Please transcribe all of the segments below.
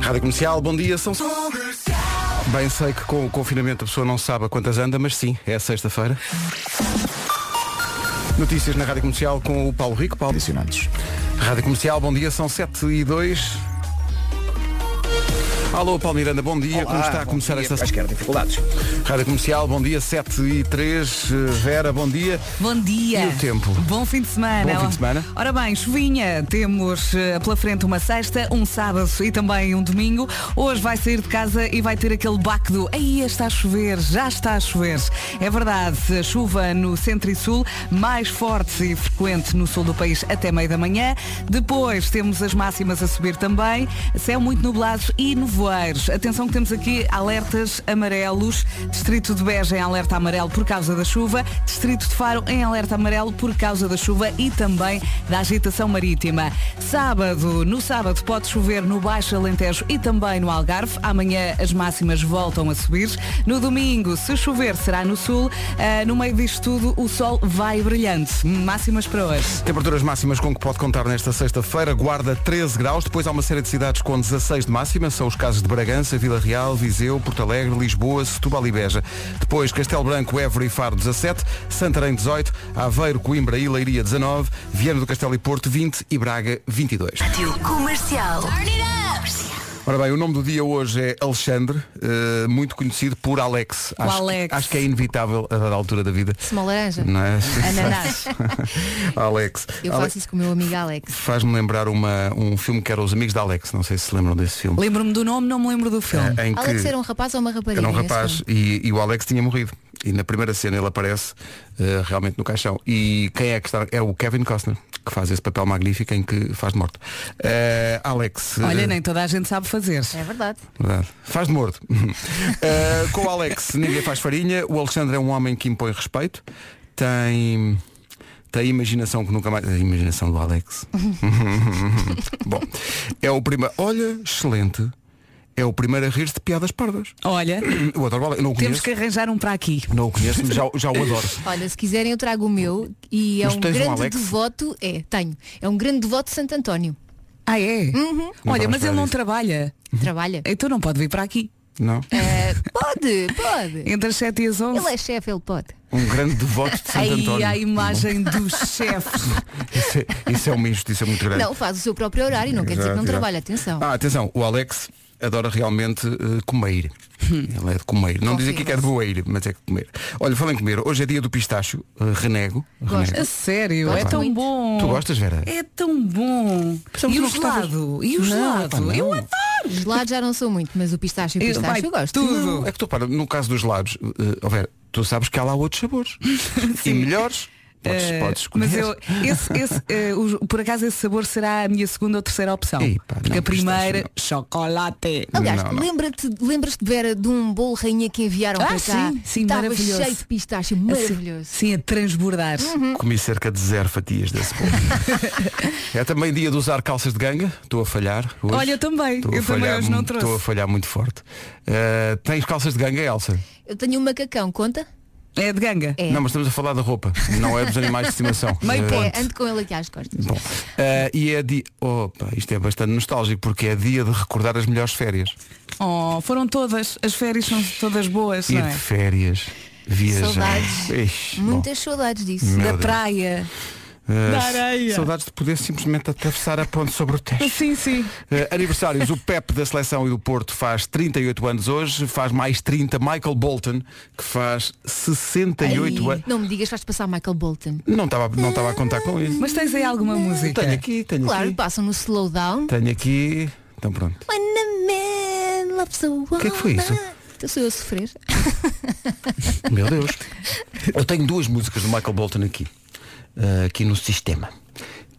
Rádio Comercial, bom dia, são... Bem sei que com o confinamento a pessoa não sabe a quantas anda, mas sim, é sexta-feira. Notícias na Rádio Comercial com o Paulo Rico. Paulo... Adicionados. Rádio Comercial, bom dia, são 7 e 2. Alô, Paulo Miranda, bom dia. Como Ah, está a começar esta Acho que era dificuldades. Rádio Comercial, bom dia, 7 e 3. Vera, bom dia. Bom dia. E o tempo? Bom fim de semana. Bom fim de semana. Ora bem, chuvinha. Temos eh, pela frente uma sexta, um sábado e também um domingo. Hoje vai sair de casa e vai ter aquele baque do aí está a chover, já está a chover. É verdade, a chuva no centro e sul, mais forte e frequente no sul do país até meio da manhã. Depois temos as máximas a subir também. Céu muito nublado e nevoeiros. Atenção que temos aqui alertas amarelos. Distrito de Beja em alerta amarelo por causa da chuva. Distrito de Faro em alerta amarelo por causa da chuva e também da agitação marítima. Sábado, no sábado pode chover no Baixo Alentejo e também no Algarve. Amanhã as máximas voltam a subir. No domingo, se chover, será no sul. Ah, no meio disto tudo, o sol vai brilhante. Máximas para hoje. Temperaturas máximas com que pode contar nesta sexta-feira. Guarda 13 graus, depois há uma série de cidades com 16 de máxima. São os casos de Bragança, Vila Real, Viseu, Porto Alegre, Lisboa, Setúbal e Beja. Depois Castelo Branco, Évora e Faro 17, Santarém 18, Aveiro, Coimbra e Leiria 19, Viana do Castelo e Porto 20 e Braga 22. Comercial. Ora bem, o nome do dia hoje é Alexandre, eh, muito conhecido por Alex. O Alex. acho que é inevitável a dada altura da vida. Uma laranja. Não é? Ananás. Alex. Eu Ale- faço isso com o meu amigo Alex. Faz-me lembrar uma, um filme que era Os Amigos da Alex, não sei se se lembram desse filme. Lembro-me do nome, não me lembro do filme. Em que Alex era um rapaz ou uma rapariga? era um nesse rapaz filme? e, e o Alex tinha morrido. E na primeira cena ele aparece eh, realmente no caixão. E quem é que está? É o Kevin Costner, que faz esse papel magnífico em que faz de morto. Eh, Alex. eh, Olha, nem toda a gente sabe fazer. É verdade. Verdade. Faz de morto. Uh, com o Alex, ninguém faz farinha. O Alexandre é um homem que impõe respeito. Tem. Tem imaginação que nunca mais. A imaginação do Alex. Bom, é o primeiro. Olha, excelente. É o primeiro a rir-se de piadas pardas. Olha, Eu adoro o Alex. Não o temos conheço. que arranjar um para aqui. Não o conheço, mas já, já o adoro. Olha, se quiserem eu trago o meu e é Mas um tens um grande Alex? devoto. É, tenho. É um grande devoto de Santo António. Ah, é? Não Olha, estava à mas espera ele não disso. trabalha. Uhum. Trabalha. É. Então não pode vir para aqui. Não? Eh, pode, pode. Entre as 7 e as 11. Ele é chefe, ele pode. Um grande devoto de Santo Aí António. a imagem dos chefes. Isso é, isso é uma injustiça muito grande. Não, faz o seu próprio horário, não quer dizer que Exato, não exato. trabalha, atenção. Ah, atenção, o Alex adora realmente eh, comer. Hum. Ele é de comer. Não diz aqui que é de boeiro, mas é de comer. Olha, falem em comer. Hoje é dia do pistacho. eh, renego. Gosto. A renego. sério, Gosto é tão muito. bom. Tu gostas, Vera? É tão bom. Pensava E que o não gostavas. gelado? E o Não, pá, gelado? não. Eu adoro. Gelado já não sou muito, mas o pistache e o Eu- pistache vai, eu gosto. tudo. Não, é que tu para, no caso dos lados, eh, ó Vera, tu sabes que há lá outros sabores. e melhores. Podes, Eh, podes escolher. mas eu, esse, esse, eh, o- por acaso esse sabor será a minha segunda ou terceira opção. Ei, pá, Porque não, a primeira, pistache chocolate. Aliás, Não, não. lembra-te, lembras-te, Vera, de um bolo rainha que enviaram Ah, para cá? sim, sim, Estava maravilhoso. cheio de É pistache, Assim- maravilhoso. Sim, a transbordar. Comi cerca de zero fatias desse bolo. é também dia de usar calças de ganga. Estou a falhar. Hoje. Olha, eu também. Estou a Eu também falhar hoje não mu- trouxe. Estou a falhar muito forte. Eh, tens calças de ganga, Elsa? Eu tenho um macacão, conta? É de ganga. É. Não, mas estamos a falar da roupa, não é dos animais de estimação. Meio Eh, É, ando com ele aqui às costas. Bom, eh, e é dia. Opa, isto é bastante nostálgico porque é dia de recordar as melhores férias. Oh, foram todas, as férias são todas boas, Ir não de é? férias, viajar. Saudades. Ixi, bom, Muitas saudades disso. meu Da Deus. praia. Eh, da areia. Saudades de poder simplesmente atravessar a ponte sobre o Tejo. Sim, sim. Eh, aniversários, o Pepe da seleção e do Porto faz 38 anos hoje, faz mais 30 Michael Bolton, que faz 68 Ai, anos. não me digas que vais passar Michael Bolton. Não estava não estava a contar com isso. Mas tens aí alguma música? Tenho aqui, tenho Claro, aqui. passam no slowdown. Tenho aqui. Então pronto. When a man loves a woman. que foi isso? Eu sou eu a sofrer. Meu Deus. Eu tenho duas músicas do Michael Bolton aqui. eh, aqui no sistema.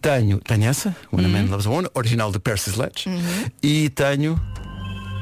Tenho, tenho essa, When a Uhum. Man Loves a Woman, original de Percy Sledge. E tenho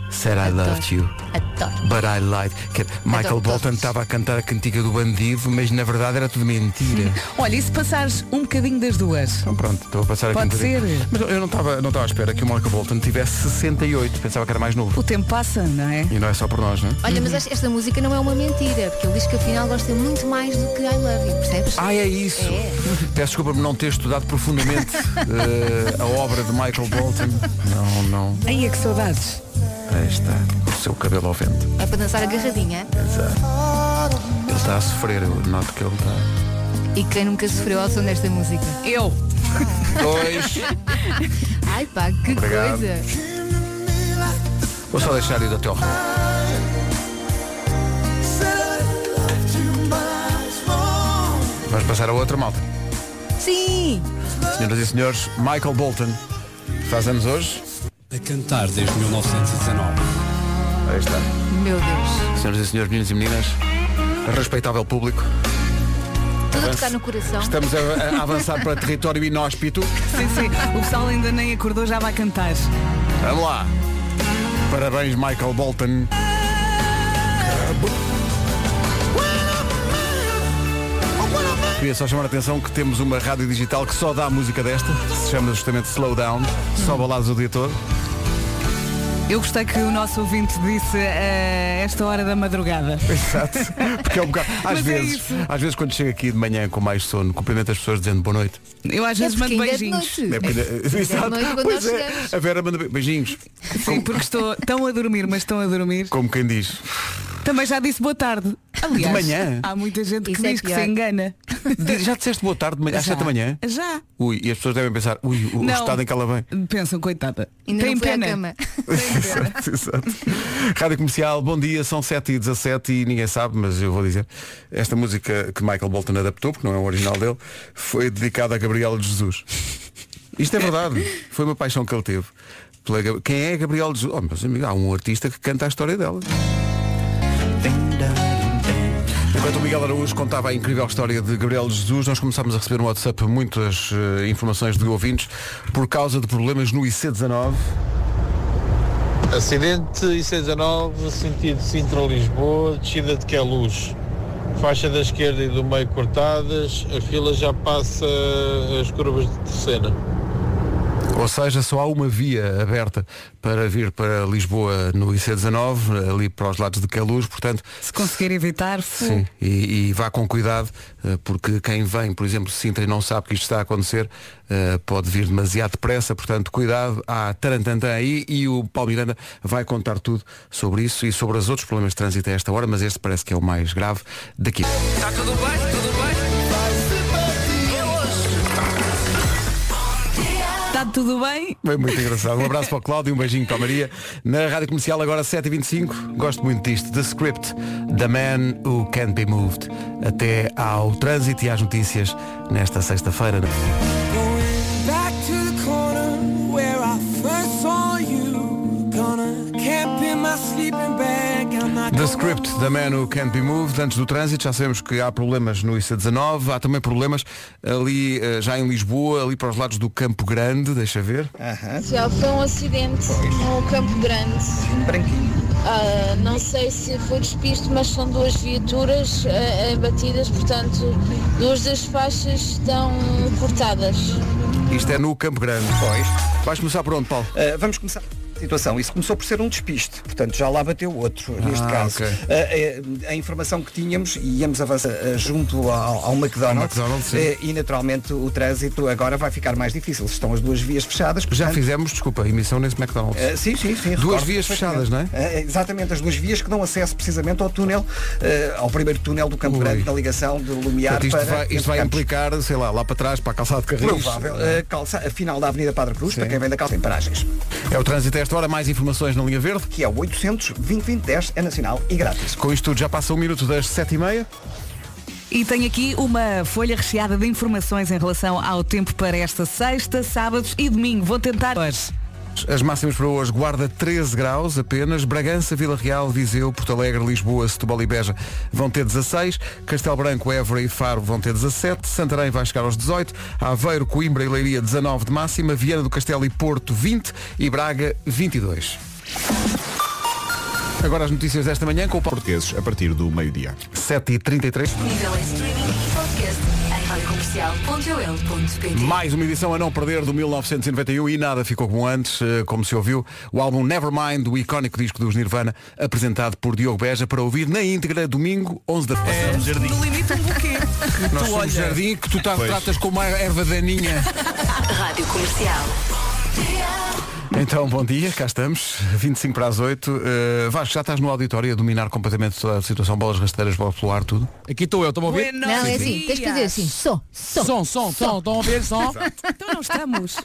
Said I Loved You. Adoro. But I lied. Que é Michael Adoro Bolton todos. estava a cantar a cantiga do bandido, mas na verdade era tudo mentira. Hum. Olha, e se passares um bocadinho das duas? Então pronto, estou a passar aqui Pode um bocadinho. ser. Mas eu não estava não estava à espera que o Michael Bolton tivesse 68, pensava que era mais novo. O tempo passa, não é? E não é só por nós, não é? Olha, mas esta, esta música não é uma mentira, porque ele diz que afinal gosta muito mais do que I Love You, percebes? Ah, é isso. É. Peço desculpa por não ter estudado profundamente eh, a obra de Michael Bolton. Não, não. Aí é que saudades. Aí está, o seu cabelo ao vento. É para dançar agarradinha. Exato. Ele está a sofrer, eu noto que ele está. E quem nunca sofreu ao som desta música? Eu. Dois. Ai pá, que Obrigado. coisa. Vou só deixar ir até ao ritmo. Vamos passar a outra malta. Sim! Senhoras e senhores, Michael Bolton faz anos hoje. A cantar desde 1919. Aí está. Meu Deus. Senhoras e senhores, meninos e meninas, respeitável público, Tudo a tocar no coração. estamos a, a avançar para território inóspito. Sim, sim. O pessoal ainda nem acordou, já vai cantar. Vamos lá. Parabéns, Michael Bolton. Queria só chamar a atenção que temos uma rádio digital que só dá a música desta, que se chama justamente Slowdown, só baladas o dia todo. Eu gostei que o nosso ouvinte disse eh, esta hora da madrugada. Exato. Porque é um bocado. Às Mas é vezes, isso. às vezes quando chego aqui de manhã com mais sono, cumprimento as pessoas dizendo boa noite. Eu às vezes porque mando ainda é de beijinhos. noite. É porque- Exato. noite quando Pois nós é, chegamos. a Vera manda beijinhos, Sim, porque estou tão a dormir, mas estão a dormir. como quem diz. Também já disse boa tarde. Aliás, manhã? há muita gente Isso que é diz que pior. se engana. Diz- Já disseste boa tarde de manhã, às Já. 7 da manhã? Já. Ui, e as pessoas devem pensar, ui, o, o Não. estado em que ela vem. Pensam, coitada. Ainda Tem não foi à pena. cama. Exato, exato. Rádio Comercial, bom dia, são 7 e 17 e ninguém sabe, mas eu vou dizer. Esta música que Michael Bolton adaptou, porque não é o original dele, foi dedicada a Gabriela de Jesus. Isto é verdade, foi uma paixão que ele teve. pela Gab- Quem é a Gabriela de Jesus? Oh, meus amigos, há um artista que canta a história dela. Enquanto o Miguel Araújo contava a incrível história de Gabriel Jesus, nós começámos a receber no WhatsApp muitas eh, informações de ouvintes por causa de problemas no IC19. Acidente IC19, sentido Sintra-Lisboa, descida de Queluz. Faixa da esquerda e do meio cortadas, a fila já passa as curvas de terceira. Ou seja, só há uma via aberta para vir para Lisboa no IC19, ali para os lados de Queluz, portanto, Se conseguir evitar, fu. sim, e, e vá com cuidado, eh, porque quem vem, por exemplo, de Sintra e não sabe que isto está a acontecer, eh, pode vir demasiado depressa, portanto, cuidado, há tarantantã aí e o Paulo Miranda vai contar tudo sobre isso e sobre os outros problemas de trânsito a esta hora, mas este parece que é o mais grave daqui. Está tudo bem? Tudo bem? Está Tá tudo bem? Foi muito engraçado. Um abraço para o Cláudio e um beijinho para a Maria. Na Rádio Comercial, agora 7h25. Gosto muito disto. The Script, The Man Who Can't Be Moved. Até ao trânsito e às notícias nesta sexta-feira. The Script, The Man Who Can't Be Moved. Antes do trânsito, já sabemos que há problemas no IC19. Há também problemas ali, eh, já em Lisboa, ali para os lados do Campo Grande. Deixa ver. Já foi um acidente no Campo Grande. Ah, não sei se foi despiste, mas são duas viaturas ah, abatidas, portanto, duas das faixas estão cortadas. Isto é no Campo Grande. Pois. Vais começar por onde, Paulo? Uh, vamos começar. a Situação. Isso começou por ser um despiste, portanto já lá bateu outro, neste Ah, caso. ok. Uh, uh, a informação que tínhamos, e íamos avançar uh, junto ao, ao McDonald's, Ao McDonald's, sim. uh, e naturalmente o trânsito agora vai ficar mais difícil. Estão as duas vias fechadas. Já portanto, fizemos, desculpa, emissão nesse McDonald's. Uh, sim, sim, sim. Duas recordo vias fechadas, perfeitamente. não é? Uh, exatamente, as duas vias que dão acesso precisamente ao túnel, uh, ao primeiro túnel do Campo Ui. Grande, da ligação de Lumiar Portanto, isto para... vai, isto Entre vai Campos. implicar, sei lá, lá para trás, para a calçada de carris. Provável. Uh, calça, a final da Avenida Padre Cruz, para quem vem da calça em paragens. É o trânsito a esta hora, mais informações na linha verde. que é o 800 2010 é nacional e grátis. Com isto tudo já passa um minuto das sete e meia. E tenho aqui uma folha recheada de informações em relação ao tempo para esta sexta, sábado e domingo. Vou tentar hoje. As máximas para hoje, Guarda 13 graus apenas, Bragança, Vila Real, Viseu, Porto Alegre, Lisboa, Setúbal e Beja vão ter 16, Castelo Branco, Évora e Faro vão ter 17, Santarém vai chegar aos 18, Aveiro, Coimbra e Leiria 19 de máxima, Viana do Castelo e Porto 20 e Braga 22. Agora as notícias desta manhã com o Paulo portugueses a partir do meio-dia. 7h33. Nível em streaming e podcast em radiocomercial.ol.pt Mais uma edição a não perder do 1991 e nada ficou como antes, eh, como se ouviu, o álbum Nevermind, o icónico disco dos Nirvana, apresentado por Diogo Beja para ouvir na íntegra domingo, 11 da tarde. No limite um buquê. Nós somos jardim que tu tá- tratas como uma erva daninha. Rádio Comercial. Então, bom dia, cá estamos, 25 para as 8. Uh, Vasco, já estás no auditório a dominar completamente toda a situação, bolas rasteiras, bola pelo ar, tudo? Aqui estou eu, estão a ouvir? Não, é assim, tens de fazer assim, som, som. Som, som, som, estão a ouvir? Som? Então não estamos.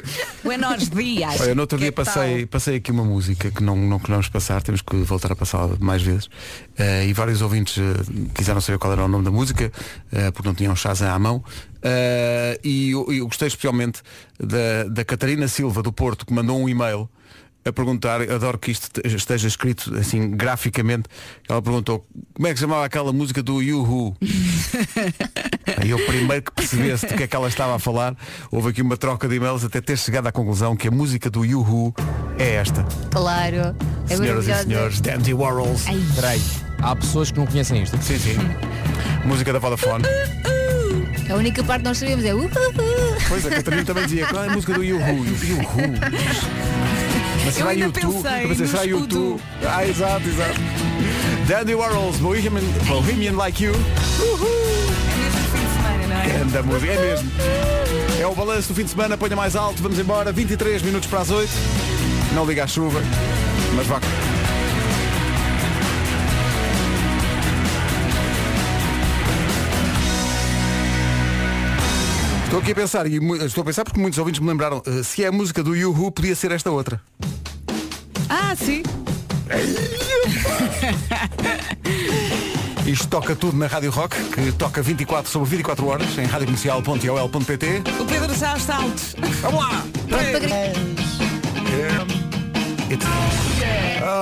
Buenos dias. Olha, no outro Que dia tal? passei, passei aqui uma música que não, não queremos passar, temos que voltar a passá-la mais vezes. Eh, e vários ouvintes eh, quiseram saber qual era o nome da música, eh, porque não tinham chazem à mão. Eh, e eu, eu gostei especialmente da, da Catarina Silva do Porto, que mandou um e-mail a perguntar, adoro que isto te- esteja escrito assim graficamente, ela perguntou como é que se chamava aquela música do Yuhu? Aí eu primeiro que percebesse do que é que ela estava a falar, houve aqui uma troca de e-mails até ter chegado à conclusão que a música do Yuhu é esta. Claro. É Senhoras e maravilhosa. senhores, Dandy Warhols. Ai. Peraí, há pessoas que não conhecem isto. Sim, sim. Música da Vodafone. A única parte que nós sabemos é uh, uh, uh. Pois a Catarina também dizia, qual é a música do Yuhu? Yuhu. Mas Eu ainda YouTube? pensei Eu pensei, será nos YouTube? Udu. Ah, exato, exato. Dandy Warhols, Bohemian, Bohemian Like You. É mesmo fim de semana, não é? Grande música, é mesmo. É o balanço do fim de semana, ponha mais alto, vamos embora, 23 minutos para as 8. Não liga à chuva, mas vá. Estou aqui a pensar, e mu- estou a pensar porque muitos ouvintes me lembraram, eh, se é a música do Yuhu, podia ser esta outra. Ah, sim. Isto toca tudo na Rádio Rock, que toca 24 sobre 24 horas, em radiocomercial.ol.pt. O Pedro já está alto. Vamos lá! Pronto para gritar. It's-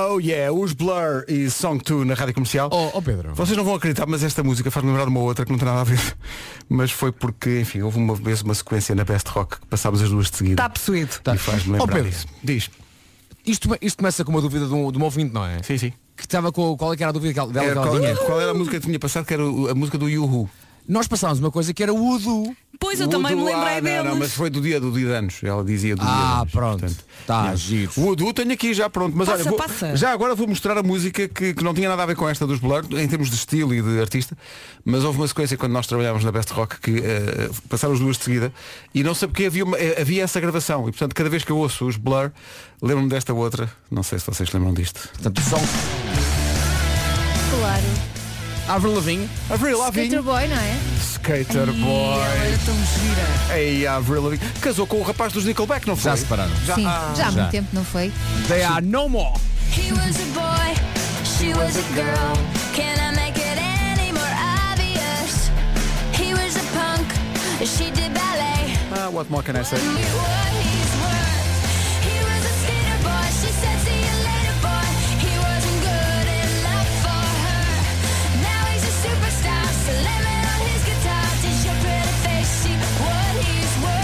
Oh yeah, os Blur e Song 2 na Rádio Comercial. Oh, oh, Pedro. Vocês não vão acreditar, mas esta música faz-me lembrar de uma outra que não tem nada a ver. Mas foi porque, enfim, houve uma vez uma sequência na Best Rock que passámos as duas de seguida. Está possuído. E faz-me Oh, lembrar Pedro. disso. Diz. Isto, isto começa com uma dúvida de um, de um ouvinte, não é? Sim, sim. Que estava com. Qual é que era a dúvida que ela- dela Era, que ela qual, tinha? qual era a música que tinha passado? Que era o- a música do Yuhu. Nós passámos uma coisa que era o Udu. Pois eu também me lembrei ah, deles. não, não, mas foi do dia do dia de anos. Ela dizia do dia de Ah, anos. pronto. portanto. Tá, giro. O Udu tenho aqui já pronto, mas Passa, olha, vou- passa. já agora vou mostrar a música que, que não tinha nada a ver com esta dos Blur, em termos de estilo e de artista, mas houve uma sequência quando nós trabalhámos na Best Rock que eh, passaram as duas de seguida e não sei porque havia, uma- eh, havia essa gravação e portanto cada vez que eu ouço os Blur lembro-me desta outra, não sei se vocês lembram disto. Portanto, o som. Claro. Avril Lavigne. Avril Skater Lavigne, Boy, não é? Skater Boy, Era tão gira. ei Avril Lavigne, casou com o rapaz dos Nickelback, não foi? Já separaram. Já- Sim, ah, já há já. muito tempo, não foi? They are no more. He was a boy, she was a girl. Can I make it any more obvious? He was a punk, she did ballet. ah, what more can I say? We were his worth. He was a skater boy, she said see you later boy. He wasn't good enough for her. Now he's a superstar, slamming on his guitar. Did your pretty face see what he's worth?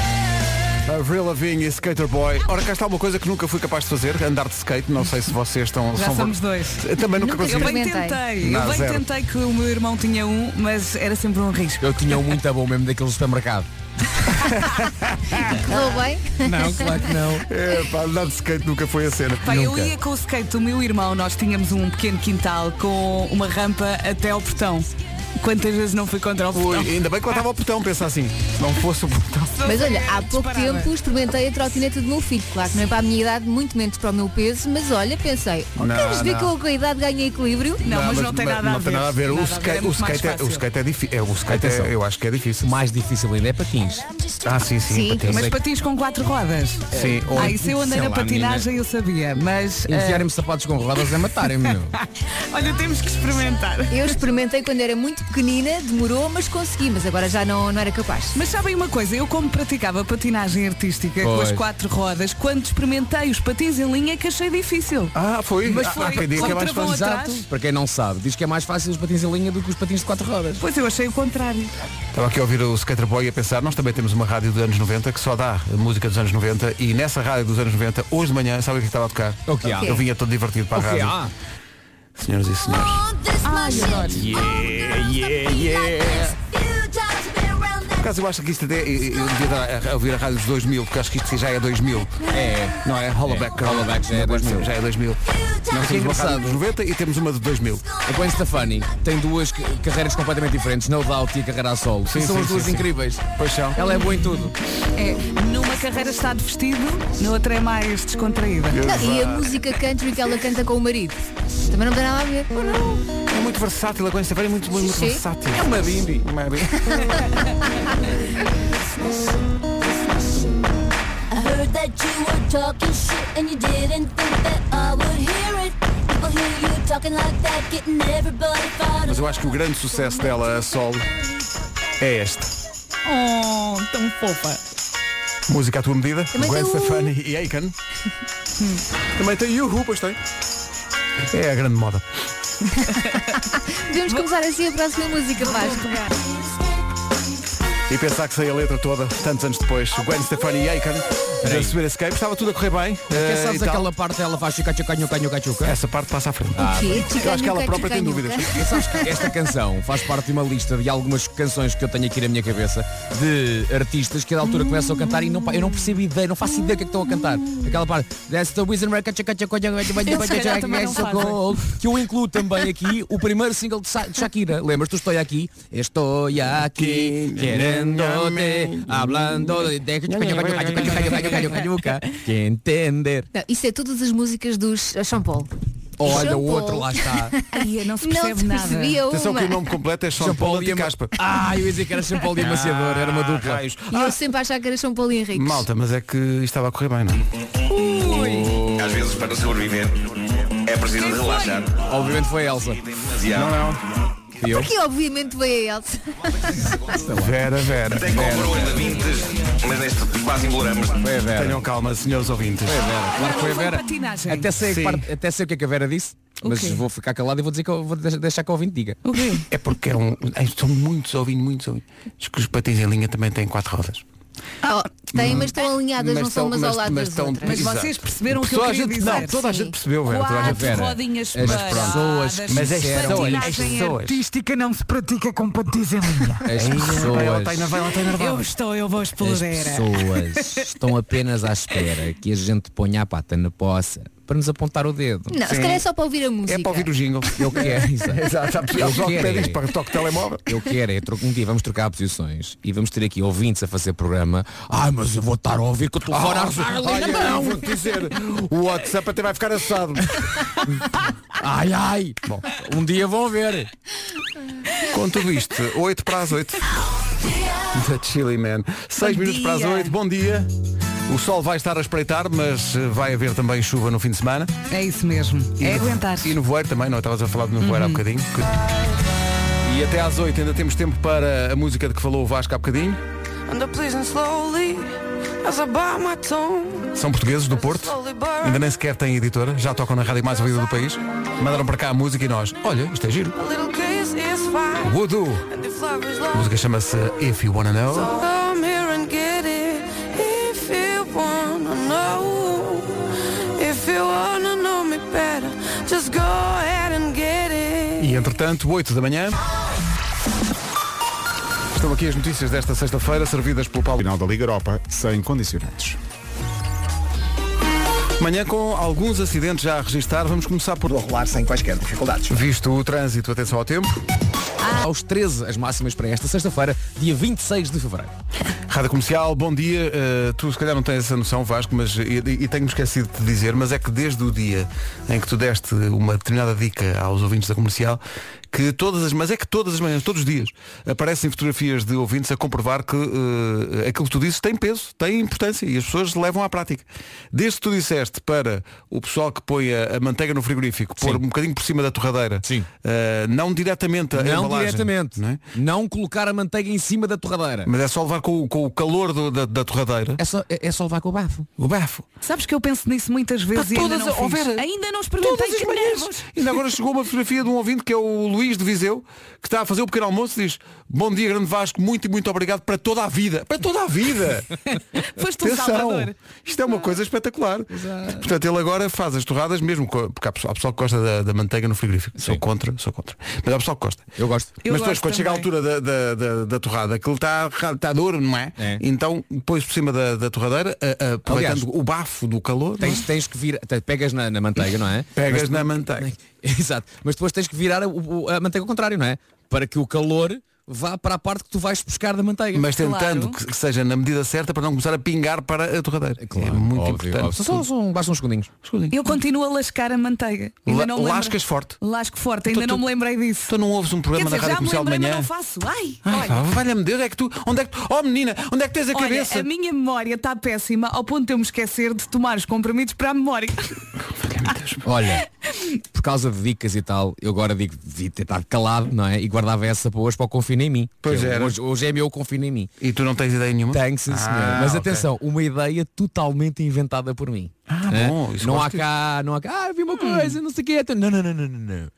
Avril Lavigne e Skater Boy. Ora, cá está uma coisa que nunca fui capaz de fazer, andar de skate. Não sei se vocês estão... Já são- somos dois. Também nunca Eu consegui. bem Experimentei. tentei. Não, eu bem zero. tentei que o meu irmão tinha um, mas era sempre um risco. Eu tinha um muito bom mesmo daquele supermercado. Correu Ah. bem? Não, claro que não. É, pá, andar de skate nunca foi a cena. Pai, eu Nunca. ia com o skate do meu irmão, nós tínhamos um pequeno quintal com uma rampa até ao portão. Quantas vezes não fui contra o Ui, portão? ainda bem que eu estava ao botão, pensa assim. Se não fosse o botão. Mas olha, há pouco Disparava. tempo experimentei a trotineta do meu filho. Claro que não é para a minha idade, muito menos para o meu peso, mas olha, pensei, "Oh, Não, queres ver não. que eu com a idade ganhei equilíbrio? Não, mas, não tem nada a ver. Não tem nada a ver. O Nada a ver, é skate- O muito mais skate é- o fácil. skate é difícil. O skate Atenção. é, eu acho que é difícil. O mais difícil ainda é patins. Ah, sim, sim. Sim. patins. Mas patins com quatro rodas. Sim, ou- Ah, isso eu andei sei na lá, patinagem, eu sabia, mas. eh, Enfiarem-me sapatos com rodas é matarem-me, meu. olha, temos que experimentar. Eu experimentei quando era muito pequenina, demorou, mas consegui, mas agora já não, não era capaz. Mas sabem uma coisa, eu como praticava patinagem artística com Pois. as quatro rodas, quando experimentei os patins em linha que achei difícil. Ah, foi. Mas Ah, foi. há quem diga que é mais Contra- fácil. Exato. atrás. Para quem não sabe, diz que é mais fácil os patins em linha do que os patins de quatro rodas. Pois eu achei o contrário. Estava aqui a ouvir o Skater Boy e a pensar, nós também temos uma rádio dos anos 90 que só dá música dos anos 90 e nessa rádio dos anos 90, hoje de manhã, sabe o que é que estava a tocar? O que há? Eu vinha todo divertido para a Ok, rádio. ah. Senhoras e senhores. Yeah, yeah, yeah. acaso eu acho que isto até. Eu eu devia estar a ouvir a rádio dos 2000, porque acho que isto já é 2000. É. Não é? Hollaback. Hollaback já é 2000. Já é 2000. Nós Que temos uma rádio engraçado. dos 90 e temos uma de 2000. A Gwen Stefani tem duas ca- carreiras completamente diferentes, No Doubt e a carreira a solo. Sim, E são sim, as duas sim, sim. incríveis. Pois são. Eh, Ela é boa em tudo. É, numa carreira está de vestido, na outra é mais descontraída. Não, e a música country que ela canta com o marido? Também não tem nada a ver. É muito versátil, a Gwen Stefani é muito, muito, Sim. versátil. É uma bimbi. Uma bimbi. I heard that you were talking shit and you didn't think that I would hear it. People hear you talking like that, getting everybody fired Mas eu acho que o grande sucesso dela a solo é este. Oh, tão fofa. Música à tua medida, Também Gwen tem o- Stefani e Aiken. Também tem Yuhu, pois tem. É a grande moda. Podemos começar assim a próxima música, Vasco. E pensar que sei a letra toda, tantos anos depois. Gwen Stefani e Aiken, de subir a escape, estava tudo a correr bem. eh, Quem e sabes tal. aquela parte ela faz chuca chuca nhuca nhuca chuca? Essa parte passa à frente. Que Ah, Eu acho que ela chicanhuca, própria tem chicanhuca. dúvidas. né? Sabes que esta canção faz parte de uma lista de algumas canções que eu tenho aqui na minha cabeça de artistas que a da altura começam a cantar e não, pa- eu não percebo ideia, não faço ideia do que é que estão a cantar. Aquela parte That's the reason why I catch a catch a catch a catch a catch a Eles, se catch calhar, a também catch não a fazem. gold", que eu incluo também aqui o primeiro single de Sa- de Shakira. Lembras? Tu estou aqui? Estou aqui querendo-te hablando de que entender. Não, isso é todas as músicas dos uh, Sean Paul. Olha Jean o outro Paul. lá está. Aí não se Não percebe se nada. percebia Atenção que o uma. nome completo é Sean Jean Paul e Ema- Caspa. Ah, eu ia dizer que era Jean Paulo e Amaciador, era uma dupla. Raios. E eu sempre achava que era Sean Paulo e Henrique. Malta, mas é que isto estava a correr bem, não é? Às vezes, para sobreviver, é preciso relaxar. Obviamente foi a Elsa. demasiado. E eu? Que obviamente veio a Elsa. Vera, Vera. Até com Vera. coroa ainda vintes, mas neste quase embolamos. Foi a Vera. Tenham calma, senhores ouvintes. Claro que foi a Vera. patinagem. Até sei, a que Sim. parte- até sei o que é que a Vera disse, O mas quê? vou ficar calado e vou dizer que eu vou deixar- deixar que o ouvinte diga. O quê? É porque eram. ai, São muitos ouvindo, muitos ouvindo. Diz que os patins em linha também têm quatro rodas. Ah, tem, mas estão alinhadas, Mas não são estão- umas mas- ao lado mas das estão- outras. Mas Exato. vocês perceberam o que eu Pessoa, a queria gente, dizer. é assim, não, toda a sim. gente percebeu, Vera. Toda a Quatro gente percebeu. rodinhas Mas paradas, pronto. Mas é as patinagem pessoas- as é pessoas- artística não se pratica com As tá- Vai, ela pessoas, está ena- vai, ela está enervada. Eu estou, eu vou as explodir. pessoas estão apenas à espera que a gente ponha a pata na poça para nos apontar o dedo. Não, se calhar é só para ouvir a música. É para ouvir o jingle. Eu quero, exato. Exato, sabes? Eu Eles logo quero pedem é- isto para toque telemóvel. Eu quero é, tro- um dia vamos trocar posições e vamos ter aqui ouvintes a fazer programa. Ai, mas eu vou estar a ouvir que o Ah, telefone a ressoar ali na Olha, eu mão. vou é, dizer, o WhatsApp até vai ficar assado. Ai, ai. Bom, um dia vão ver. Com tudo isto, 8 para as 8. Da Chili Man. 6 Bom minutos para as dia. 8, bom dia. O sol vai estar a espreitar, mas eh, vai haver também chuva no fim de semana. É isso mesmo. É aguentar. Uhum. E no voeiro também, não é? estavas a falar de no voeiro há bocadinho. E até às 8 ainda temos tempo para a música de que falou o Vasco há bocadinho. And I'm pleasing slowly as I bite my tongue. São portugueses do Porto. Ainda nem sequer têm editora, já tocam na rádio mais ouvida do país. Mandaram para cá a música e nós, olha, isto é giro. A little kiss is fine. Voodoo. And if love is A love, música chama-se If You Wanna Know. come here and get it. If you wanna know, if you wanna know me better, just go ahead and get it. E entretanto, 8 da manhã. Estão aqui as notícias desta sexta-feira, servidas pelo Paulo. Final da Liga Europa, sem condicionantes. Manhã com alguns acidentes já a registrar, vamos começar por Vou rolar sem quaisquer dificuldades. Visto o trânsito, atenção ao tempo. Aos 13, as máximas para esta sexta-feira, dia 26 de fevereiro. Rádio Comercial, bom dia. Uh, tu se calhar não tens essa noção, Vasco, mas e, e tenho-me esquecido de te dizer, mas é que desde o dia em que tu deste uma determinada dica aos ouvintes da comercial, que todas as, mas é que todas as manhãs, todos os dias, aparecem fotografias de ouvintes a comprovar que uh, aquilo que tu dizes tem peso, tem importância e as pessoas levam à prática. Desde que tu disseste para o pessoal que põe a, a manteiga no frigorífico, pôr um bocadinho por cima da torradeira, Sim. uh, não diretamente a Não embalagem, diretamente. não Não, é? colocar a manteiga em cima da torradeira. mas é só levar com, o- com o calor do- da, da torradeira. É só, é, é só levar com o bafo. O bafo. Sabes que eu penso nisso muitas vezes Pá, e ainda todas- não oh, fiz. Vera, ainda não experimentei Todas as que manhãs. nervos. Ainda agora chegou uma fotografia de um ouvinte que é o Luís Luís de Viseu, que está a fazer o pequeno almoço, diz Bom dia, grande Vasco, muito e muito obrigado para toda a vida. Para toda a vida! Foste um Atenção. salvador. Isto é uma coisa espetacular. Portanto, ele agora faz as torradas mesmo, co- porque há pessoal, há pessoal que gosta da, da manteiga no frigorífico. Sou contra, sou contra. Mas há pessoal que gosta. Eu gosto. Mas depois, quando chega à altura da, da, da, da torrada, aquilo está tá duro, não é? Então, depois por cima da, da torradeira, a- a- aproveitando Aliás, o bafo do calor. Tens, tens que vir, te- pegas na, na manteiga, não é? Pegas Mas- na manteiga. Exato. Mas depois tens que virar a, o- a manteiga ao contrário, não é? Para que o calor vá para a parte que tu vais buscar da manteiga. Mas tentando que- que seja na medida certa para não começar a pingar para a torradeira. é muito importante. óbvio. Só- um, basta uns segundinhos. Eu continuo a lascar a manteiga. Ainda La- não me lembro. lascas forte. Lasco forte, ainda Tu- não tu- me lembrei disso. Tu não ouves um Quer programa dizer, na Rádio já me Comercial lembrei, mas amanhã? não faço. Ai, Ai, olha. pá, valha-me Deus, é que tu, onde é que tu, oh menina, onde é que tens a Olha, cabeça? a minha memória está péssima ao ponto de eu me esquecer de tomar os compromissos para a memória. Olha, por causa de dicas e tal, eu agora digo, devia ter estado calado, não é? E guardava essa para hoje para o confina em mim. Pois Eu- era. Hoje, hoje é meu confina em mim. E tu não tens ideia nenhuma? Tenho, sim, Ah, senhor. Mas ok. atenção, uma ideia totalmente inventada por mim. Ah, Hã? bom, isso É. não há gosto disso. cá, não há cá, ah, vi uma coisa, não sei o quê. então, Não, não, não, não, não, não.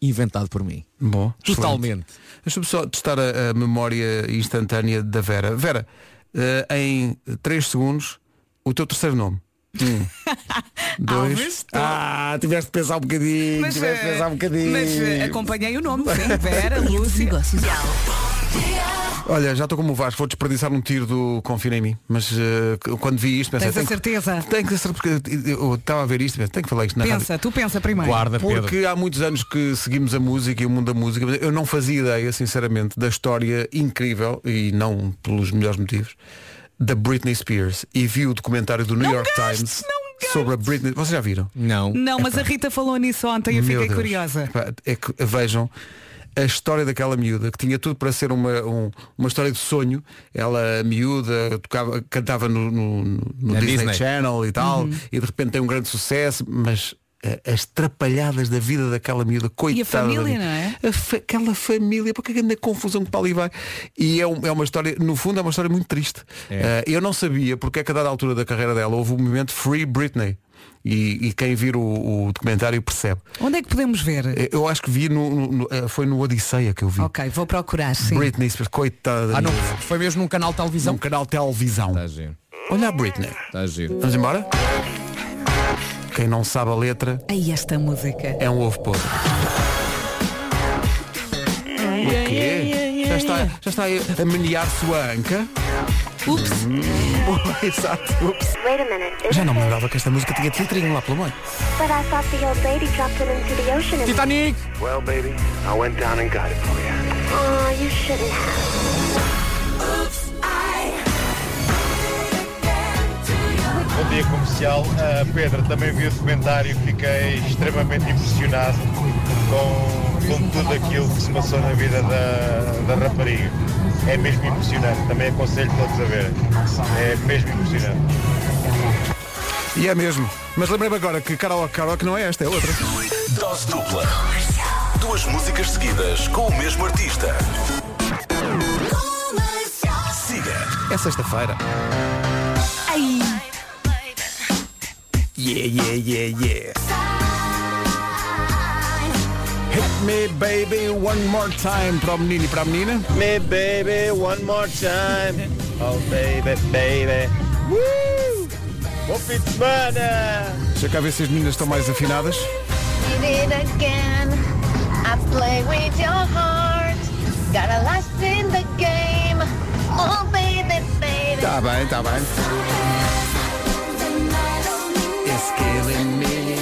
Inventado por mim. Bom, Totalmente. excelente. Deixa-me só testar a, a memória instantânea da Vera. Vera, eh, em 3 segundos, o teu terceiro nome. Um, dois. ah, tiveste de pensar um bocadinho. tiveste de eh, pensar um bocadinho. mas, eh, acompanhei o nome, sim. Vera, Lúcia. Olha, já estou como o Vasco, vou desperdiçar um tiro do Confina em mim. Mas eh, quando vi isto, pensei. Tens a tenho que- certeza? Tenho que ser porque eu estava a ver isto, mas tenho que falar isto na rádio. Pensa, tu pensa primeiro. Porque há muitos anos que seguimos a música e o mundo da música, mas eu não fazia ideia, sinceramente, da história incrível, e não pelos melhores motivos, da Britney Spears. E vi o documentário do New York Times sobre a Britney. Vocês já viram? Não. Não, mas a Rita falou nisso ontem, eu Meu fiquei Deus. curiosa. Epá, É que vejam a história daquela miúda que tinha tudo para ser uma, um- uma história de sonho. Ela miúda, tocava, cantava no, no- no Na Disney, Disney. Channel e tal, Uhum. e de repente tem um grande sucesso, mas eh, as trapalhadas da vida daquela miúda, coitada. E a família, da não miúda. é? A fa- aquela família, porque é que anda confusão que para ali vai. E é, um- é uma história, no fundo é uma história muito triste. Eh, eu não sabia porque é que a dada altura da carreira dela houve o movimento Free Britney. E, e quem vir o, o documentário percebe. Onde é que podemos ver? Eh, Eu acho que vi no, no- no- eh, foi no Odisseia que eu vi. Ok, vou procurar, sim. Britney Spears, coitada. Ah, não, foi mesmo num canal de televisão? Num canal de televisão. Está giro. Olha a Britney. Está giro. Vamos embora? Quem não sabe a letra Aí esta música. é um ovo podre. O quê? Já está, já está a menear sua anca? Hum. Ups. Exato, ups. Já não me lembrava que esta música tinha titrinho lá pelo meio. But I thought the old lady dropped them into the ocean. and- Well, baby, I went down and got it for you. Aw, you shouldn't have. Bom dia comercial. Ah, Pedro, também vi o documentário e fiquei extremamente impressionado com, com tudo aquilo que se passou na vida da, da rapariga. É mesmo impressionante. Também aconselho todos a ver. É mesmo impressionante. E é mesmo. Mas lembrei-me agora que Carol Carol não é esta, é outra. Dose dupla. Duas músicas seguidas com o mesmo artista. Siga. É sexta-feira. Ai. Yeah, yeah, yeah, yeah. Hit me baby one more time para o menino e para a menina. Me baby one more time. Oh baby, baby. Woo! Bom fim de semana! Deixa cá ver se as meninas estão mais afinadas. Did it again. I play with your heart. Got a lost in the game. Oh, baby, baby. Tá bem, tá bem. It's killing me and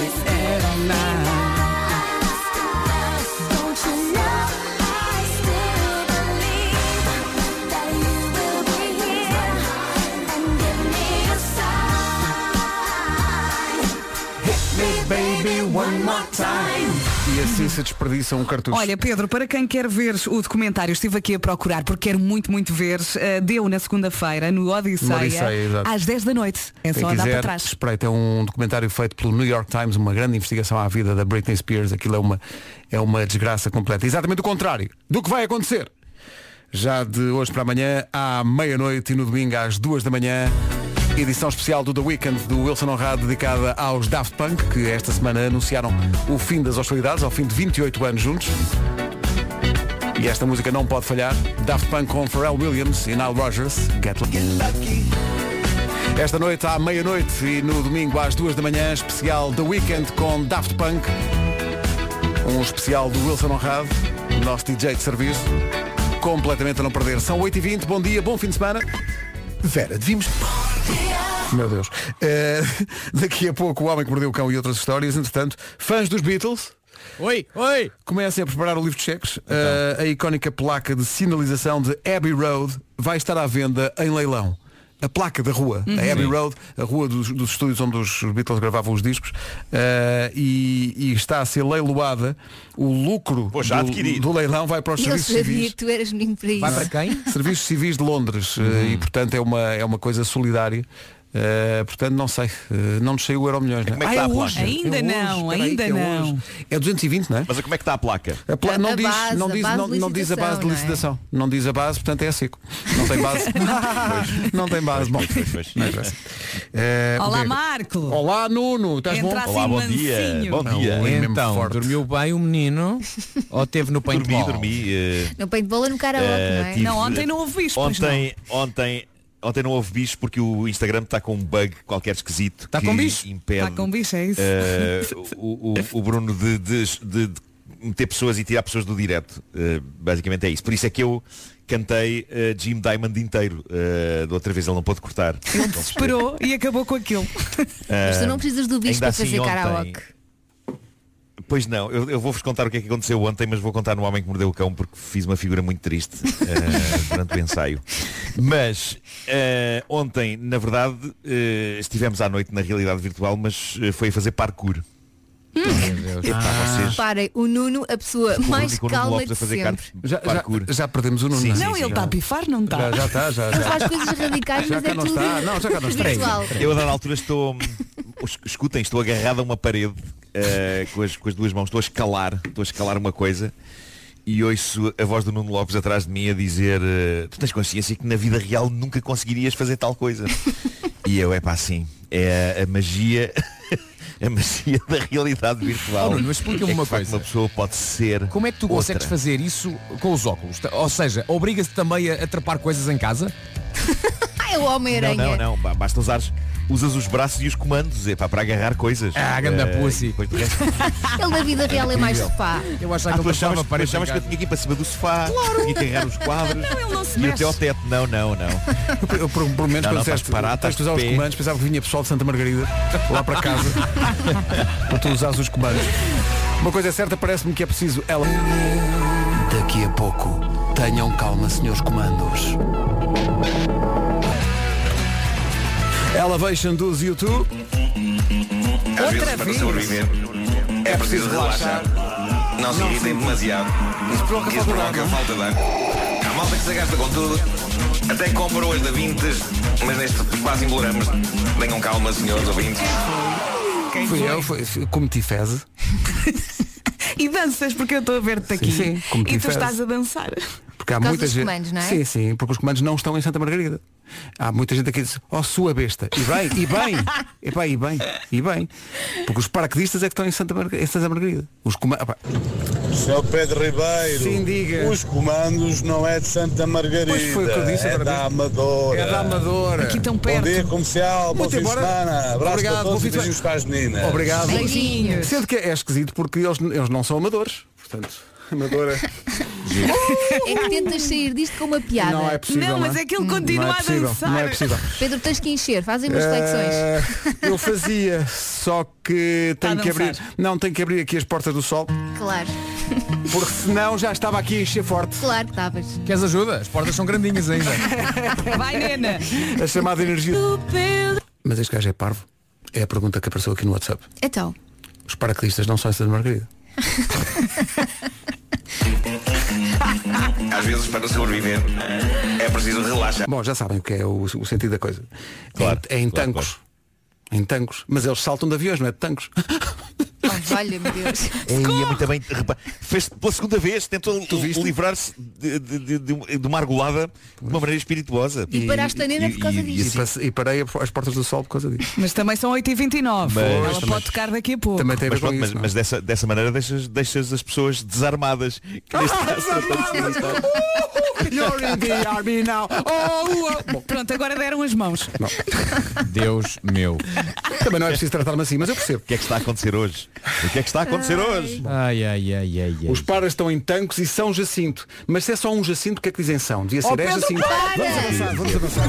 Don't you know I still believe that you will be here and give me a sign. E assim se desperdiça um cartucho. Olha, Pedro, para quem quer ver o documentário, estive aqui a procurar porque quero muito, muito ver. eh, deu na segunda-feira, no Odisseia, No Odisseia, exato. às 10 da noite. É Quem só andar quiser, para trás. Espreita é um documentário feito pelo New York Times, uma grande investigação à vida da Britney Spears. Aquilo é uma, é uma desgraça completa. Exatamente o contrário do que vai acontecer. Já de hoje para amanhã, à meia-noite e no domingo às duas da manhã, edição especial do The Weekend do Wilson Honrado, dedicada aos Daft Punk, que esta semana anunciaram o fim das hostilidades, ao fim de 28 anos juntos. E esta música não pode falhar. Daft Punk com Pharrell Williams e Nile Rogers. Get Lucky. Esta noite à meia-noite e no domingo às duas da manhã, especial The Weekend com Daft Punk. Um especial do Wilson Honrado, nosso DJ de serviço. Completamente a não perder. São 8h20, bom dia, bom fim de semana. Vera, devíamos... Meu Deus. Eh, daqui a pouco o Homem que Mordeu o Cão e outras histórias. Entretanto, fãs dos Beatles. Oi, oi! Comecem a preparar o livro de cheques. Eh, a icónica placa de sinalização de Abbey Road vai estar à venda em leilão. A placa da rua, Uhum. a Abbey Sim. Road, a rua dos, dos estúdios onde os Beatles gravavam os discos, eh, e, e está a ser leiloada. O lucro já do, adquiri. do leilão vai para os Eu serviços civis. sabia que tu eras menino para isso. Serviços Civis de Londres. eh, E, portanto, é uma, é uma coisa solidária. Eh, portanto, não sei. eh, não nos saiu o euro milhões. Como é que está a placa? Ainda não, ainda não. É 220, não é? Mas como é que está a placa? A pla- A- não, a diz, base, não, a diz, base não, de não diz a base de licitação. licitação, Não, diz a base, portanto é seco. Não tem base. não tem base. Bom, é. não interessa. Eh, Olá, Pedro. Marco. Olá, Nuno. Estás bom? Entra assim Olá, bom dia. mansinho. Bom dia. então, dormiu bem o menino? ou teve no paintball? Dormi, dormi. eh, Não peito bola no karaoke, eh, não é? tive- tipo, pois Ontem, ontem, ontem não houve bicho porque o Instagram está com um bug qualquer esquisito. Está Tá com bicho? Impede, Está com bicho, é isso. eh, o, o- o Bruno de, de- de- de meter pessoas e tirar pessoas do direto. Eh, basicamente é isso. Por isso é que eu cantei eh, Jim Diamond inteiro. Eh, da outra vez ele não pôde cortar. Então, Não percebi. Esperou e acabou com aquilo. Mas tu Ah, não precisas do bicho ainda para assim, fazer ontem- karaoke. Pois não, eu, eu vou-vos contar o que é que aconteceu ontem, mas vou contar no Homem que Mordeu o Cão porque fiz uma figura muito triste eh, durante o ensaio. Mas eh, ontem, na verdade, eh, estivemos à noite na realidade virtual, mas eh, foi a fazer parkour. Epá, vocês- Reparem, o Nuno, a pessoa o mais Rodrigo calma Lopes de a fazer sempre. car- Já, já, parkour. já perdemos o Nuno. Sim, não é? sim, não, sim, ele está a pifar, não está. Já, já está, já, Ele já. faz coisas radicais, Já mas cá é não tudo está. Não, já cá não está. virtual. Eu a dada altura estou. os- Escutem, estou agarrado a uma parede eh, com, as, com as duas mãos, estou a escalar, estou a escalar uma coisa e ouço a voz do Nuno Lopes atrás de mim a dizer eh, tu tens consciência que na vida real nunca conseguirias fazer tal coisa. e eu é para assim, é a, a magia. A magia da realidade virtual. Oh, Nuno, mas explica-me É que, uma de facto, coisa. Uma pessoa pode ser. Como é que tu outra. consegues fazer isso com os óculos? Ou seja, obriga-se também a atrapar coisas em casa? Ah, é o Homem-Aranha. Não, não, não. ba- Basta usares, usas os braços e os comandos epá, para agarrar coisas. Ah, ganda Eh, pussy. e depois de resto- Ele na vida real é mais incrível. sofá. Eu acho Ah, tu achavas, tu achavas um que eu tinha que ir para cima do sofá, tinha que agarrar os quadros Não, ele não se e mexe. até ao teto. Não, não, não. Eu, por, por menos Não, quando não, disseste, estás parado, tens de estás usar de os pé. comandos, pensava que vinha pessoal de Santa Margarida lá para casa para tu usares os comandos. Uma coisa é certa, parece-me que é preciso ela. Daqui a pouco, tenham calma, senhores comandos. Elevation dos YouTube. Às vezes, para sobreviver, é preciso relaxar. Não se irritem demasiado. Que isso provoca falta de ar. Há malta que se gasta com tudo. Até compra hoje da Vintes, mas neste quase embolamos. Tenham calma, senhores ouvintes. Fui eu, foi, fui- cometi feze. E danças, porque eu estou a ver-te aqui. sim, como e tu tivesse. estás a dançar. Porque há Por causa muita dos gente. comandos, não é? Sim, sim, porque os comandos não estão em Santa Margarida. Há muita gente aqui que diz, ó sua besta. E bem, e bem, e bem, e bem, e bem. Porque os paraquedistas é que estão em Santa, Marga- em Santa Margarida. Os comandos. Sr. Pedro Ribeiro, Sim, diga. os comandos não é de Santa Margarida, Pois foi o que eu disse é outra da Amadora. É da Amadora. Aqui tão Bom perto. dia comercial, boa Muito fim de embora. semana, abraço Obrigado, para bom todos fim e de semana. beijinhos para as meninas. Obrigado. Beijinhos. Sendo que é esquisito porque eles, eles não são amadores. Portanto, amadora. É que tentas sair disto com uma piada. Não é possível, Não, mas não é? é que ele Hum. continua Não é a possível, dançar. não é possível. Pedro, tens que encher, fazem umas flexões. Eh, eu fazia, só que Tá a tenho que dançar. abrir. Não, tenho que abrir aqui as portas do sol. Claro. Porque senão já estava aqui a encher forte. Claro que estavas. Queres ajuda? As portas são grandinhas ainda. Vai, Nena. A chamada energia. Mas este gajo é parvo? É a pergunta que apareceu aqui no WhatsApp. Então. Os paraquedistas não são essa de Margarida. Às vezes, para sobreviver, é preciso relaxar. Bom, já sabem o que é o, o sentido da coisa. É em- é em tancos. Em tancos. Mas eles saltam de aviões, não é? De tancos. Olha-me oh, Deus. E é muito bem. repa- Fez pela segunda vez, tentou livrar-se de, de- de- de um- de uma argolada de uma maneira espirituosa. E paraste a nena por causa disto. assim, E, passe- e parei a- as portas do sol por causa disso. Mas também são 8h29. Mas- Ela mas- pode tocar daqui a pouco. mas, pronto, é? mas, mas dessa, dessa maneira deixas, deixas as pessoas desarmadas. Que neste caso, You're in the army now. Oh, oh. Pronto, agora deram as mãos. Deus meu. Também é? não é preciso tratar-me assim, mas eu percebo. O que é que está a acontecer hoje? O que é que está a acontecer hoje? Ai, ai, ai, ai, ai. Os paras estão em tancos e São Jacinto. Mas se é só um Jacinto, o que é que dizem São? Devia ser Oh, é Pedro, Jacinto. para! Vamos avançar, vamos avançar.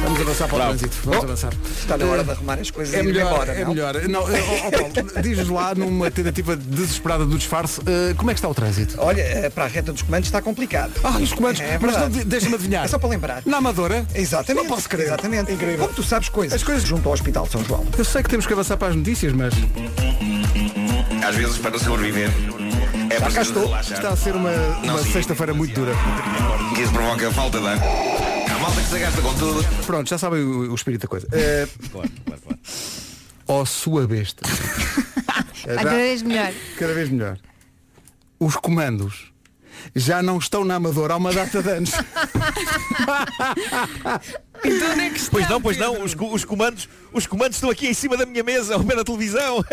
Vamos avançar para o trânsito. Oh, Vamos avançar. Está na hora de arrumar as coisas É e ir melhor, embora, é não? melhor. Não, eh, ó, ó, Paulo, Diz-nos lá, numa tentativa desesperada do disfarce, eh, como é que está o trânsito? Olha, eh, para a reta dos comandos está complicado. Ah, os comandos. É mas não, verdade. de- deixa-me adivinhar. É só para lembrar. Na Amadora? Exatamente. Não posso crer. Exatamente. Incrível. Como tu sabes coisas. As coisas junto ao Hospital de São João. Eu sei que temos que avançar para as notícias, mas Às vezes, para sobreviver, é já cá preciso estou. relaxar. Está a ser uma, Não, uma sim. sexta-feira muito dura. Que isso provoca falta de ar. Há malta que se gasta com tudo. Pronto, já sabem o, o espírito da coisa. Eh, Claro, claro, claro. Ó sua besta. É Eh, já- Cada vez melhor. Cada vez melhor. Os comandos já não estão na Amadora há uma data de anos. então onde é que está, Pois não, pois não, os, co- os comandos, os comandos estão aqui em cima da minha mesa, ao pé da televisão.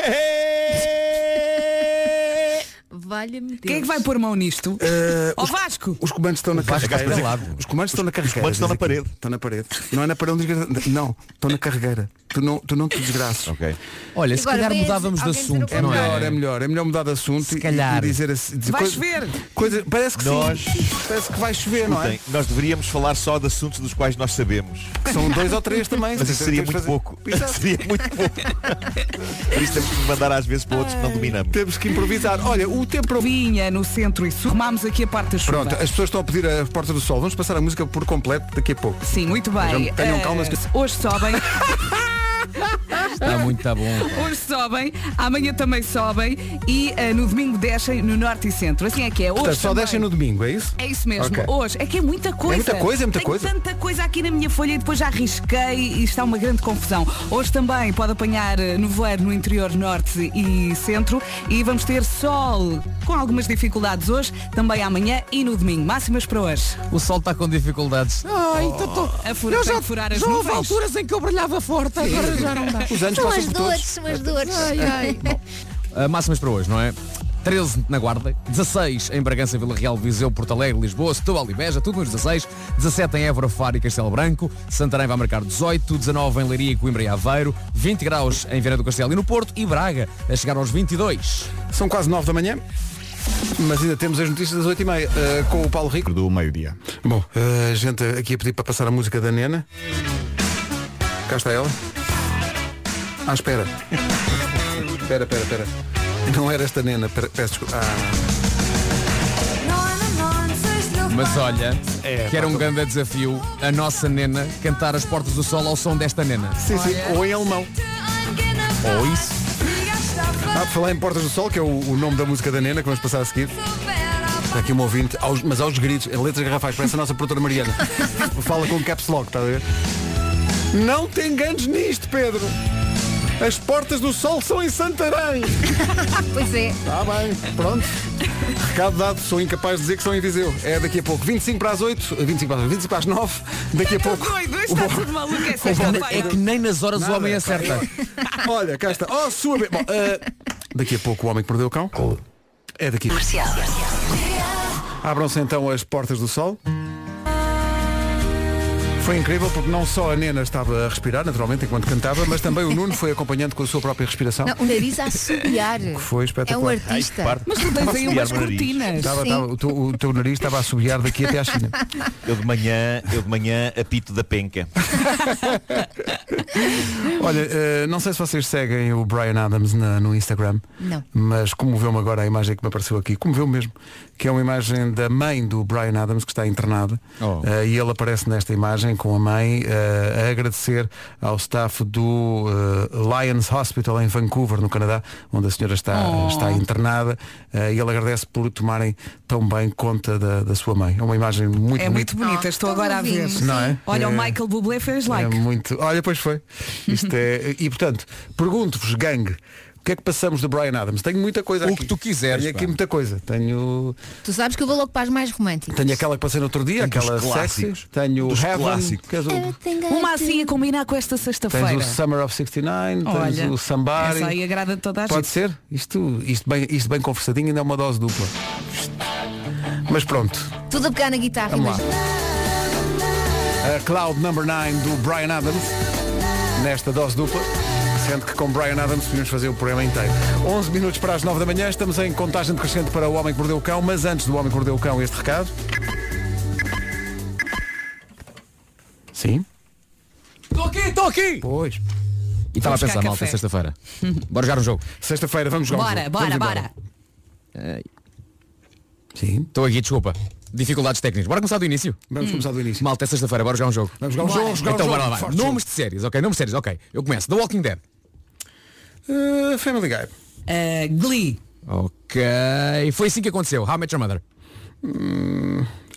Valha-me Deus. Quem é que vai pôr mão nisto? Eh, Ó Vasco! Os comandos estão na Vasco carregueira. está pelado. Os comandos estão na carregueira. comandos estão diz na aqui. parede. Estão na parede. Não é na parede onde desgra- Não, estão na carregueira. Tu não, tu não te desgraças. Olha, se Agora calhar vem mudávamos de alguém dizer assunto, É não melhor, é? é melhor, é melhor mudar de assunto e- calhar. e dizer assim. dizer Vais coisa- ver! coisa- parece que Nós- sim. Parece que vai chover, não é? Escutem, nós deveríamos falar só de assuntos dos quais nós sabemos. São dois ou três também. Mas isso seria Temos muito que fazer- pouco. Exato. seria muito pouco. Por isso temos que mandar às vezes para outros que não dominamos. Temos que improvisar. Olha, o tempo para Vinha no centro e surmámos aqui a parte da chuva. Pronto, as pessoas estão a pedir a Porta do Sol. Vamos passar a música por completo daqui a pouco. Sim, muito bem. Vejam, tenham Eh, calma. Hoje sobem. Está muito, está bom. Hoje sobem, amanhã também sobem e eh, no domingo descem no norte e centro. Assim é que é. Hoje Portanto, só também. deixem no domingo, é isso? É isso mesmo, Ok. hoje. É que é muita coisa. É muita coisa, é muita Tenho coisa. tanta coisa aqui na minha folha e depois já arrisquei e está uma grande confusão. Hoje também pode apanhar eh, nevoeiro no interior norte e centro e vamos ter sol com algumas dificuldades hoje, também amanhã e no domingo. Máximas para hoje. O sol está com dificuldades. Ai, então tô... A furar, Eu tem já, que furar as já houve nuvens. alturas em que eu brilhava forte, agora já não dá. Os anos São passam as por dores, todos. são as dores. Ai, ai. Uh, máximas para hoje, não é? 13 na Guarda, 16 em Bragança, Vila Real, Viseu, Porto Alegre, Lisboa, Setúbal e Beja, tudo nos 16, 17 em Évora, Faro e Castelo Branco, Santarém vai marcar 18, 19 em Leiria, Coimbra e Aveiro, 20 graus em Viana do Castelo e no Porto e Braga, a chegar aos 22. São quase 9 da manhã. Mas ainda temos as notícias das 8h30 eh, com o Paulo Rico. Do meio-dia. Bom, eh, gente aqui a pedir para passar a música da Nena. Cá está ela. Ah, espera. Espera, espera, espera. Não era esta Nena. Pera, peço desculpa. Ah, Mas olha, É, que era pá, um tô- grande desafio a nossa nena cantar as portas do sol ao som desta nena. sim, sim. Ou em alemão. Ou isso. Ah, por falar em Portas do Sol, que é o, o nome da música da Nena, que vamos passar a seguir. Está aqui um ouvinte, aos- mas aos gritos, em letras garrafais, parece a nossa produtora Mariana. Fala com caps lock, está a ver? Não te enganes nisto, Pedro. As Portas do Sol são em Santarém. Pois é. Está bem, pronto. Recado dado, sou incapaz de dizer que são em Viseu. É daqui a pouco, 25 para as 8, 25 para as, 25 para as 9, daqui a pouco. Doido, está Tá tudo maluco, é É sexta-feira. que nem nas horas Nada, o homem pá. acerta. Olha, cá está. Oh, sua be- Bom, eh, daqui a pouco o homem que perdeu o cão. É daqui. Abram-se então as portas do sol. Foi incrível porque não só a Nena estava a respirar, naturalmente, enquanto cantava, mas também o Nuno foi acompanhando com a sua própria respiração. Não, o nariz a assobiar. Foi espetacular. É um artista. Ai, que parte. Mas tu Tá tens aí Assobiar umas o nariz. cortinas. Estava- sim. estava- o, teu, o teu nariz estava a assobiar daqui até à China. Eu de manhã, eu de manhã apito da penca. Olha, eh, não sei se vocês seguem o Brian Adams na- no Instagram. Não. Mas comoveu-me agora a imagem que me apareceu aqui, comoveu mesmo, que é uma imagem da mãe do Brian Adams que está internada Oh. Eh, e ele aparece nesta imagem com a mãe eh, a agradecer ao staff do eh, Lions Hospital em Vancouver, no Canadá, onde a senhora está, Oh. está internada eh, e ele agradece por tomarem tão bem conta da, da sua mãe. É uma imagem muito É muito bonita. bonita, estou tão agora a ver. novinho, Não é? Olha, o É. Michael Bublé fez like. É muito. Olha, pois foi. Isto é. E portanto, pergunto-vos, gangue, que é que passamos de Brian Adams? Tenho muita coisa aqui. O que tu quiseres. Tenho aqui muita coisa. Tenho, Tu sabes que eu vou logo para as mais românticas. tenho aquela que passei no outro dia, Tenho aquela dos clássicos. sexy. Tenho Dos Heaven. clássicos. queres o- Uma assim a combinar com esta É. Tens sexta-feira. o Summer of 69, Olha, tens o Somebody. Essa aí é agrada toda a Pode gente. ser? Isto, isto, bem, isto bem conversadinho ainda é uma dose dupla. Mas pronto. Tudo a pegar na guitarra, Vamos lá. imagina. A Cloud Number 9 do Brian Adams, nesta dose dupla. Sendo que com Brian Adams podíamos fazer o programa inteiro. 11 minutos para as 9 da manhã, estamos em contagem decrescente para o Homem que Mordeu o Cão, mas antes do Homem que Mordeu o Cão, este recado. Sim? Estou aqui, estou aqui! Pois. E estava a Vamos pensar, buscar malta, café. sexta-feira. Bora jogar um jogo. Sexta-feira, vamos jogar um Bora, jogo. bora, Vamos embora. bora. Sim. Estou aqui, desculpa. Dificuldades técnicas. Bora começar do início? Hum. Vamos começar do início. Malta, é sexta-feira, bora jogar um jogo. Vamos jogar um Bora. jogo, jogar um então, jogo. bora lá, vai. Forte Nomes de séries, ok? Nomes de séries, ok. Eu começo. The Walking Dead. Uh, Family Guy. Uh, Glee. Ok. Foi assim que aconteceu. How I Met Your Mother.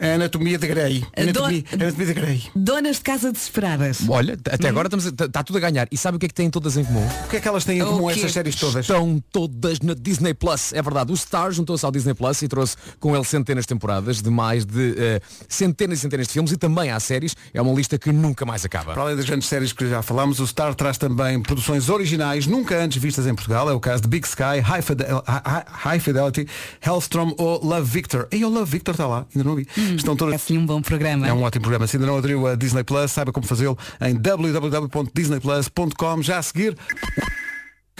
Anatomia de Grey. Anatomia, anatomia de Grey. Donas de casa desesperadas. Olha, t- Uhum. até agora está tudo a ganhar. E sabe o que é que têm todas em comum? O que é que elas têm em O comum quê? essas séries todas? Estão todas na Disney Plus. É verdade. O Star juntou-se ao Disney Plus e trouxe com ele centenas de temporadas de mais de eh, centenas e centenas de filmes e também há séries. É uma lista que nunca mais acaba. Para além das grandes séries que já falámos, o Star traz também produções originais nunca antes vistas em Portugal. É o caso de Big Sky, High, Fidel- Hi- Hi- High Fidelity, Hellstrom ou Love Victor. E o Love Victor está lá, ainda não vi. Estão todas... É sim um bom programa. É um ótimo programa. Se ainda não aderiu a Disney Plus, saiba como fazê-lo em www.disneyplus.com. Já a seguir,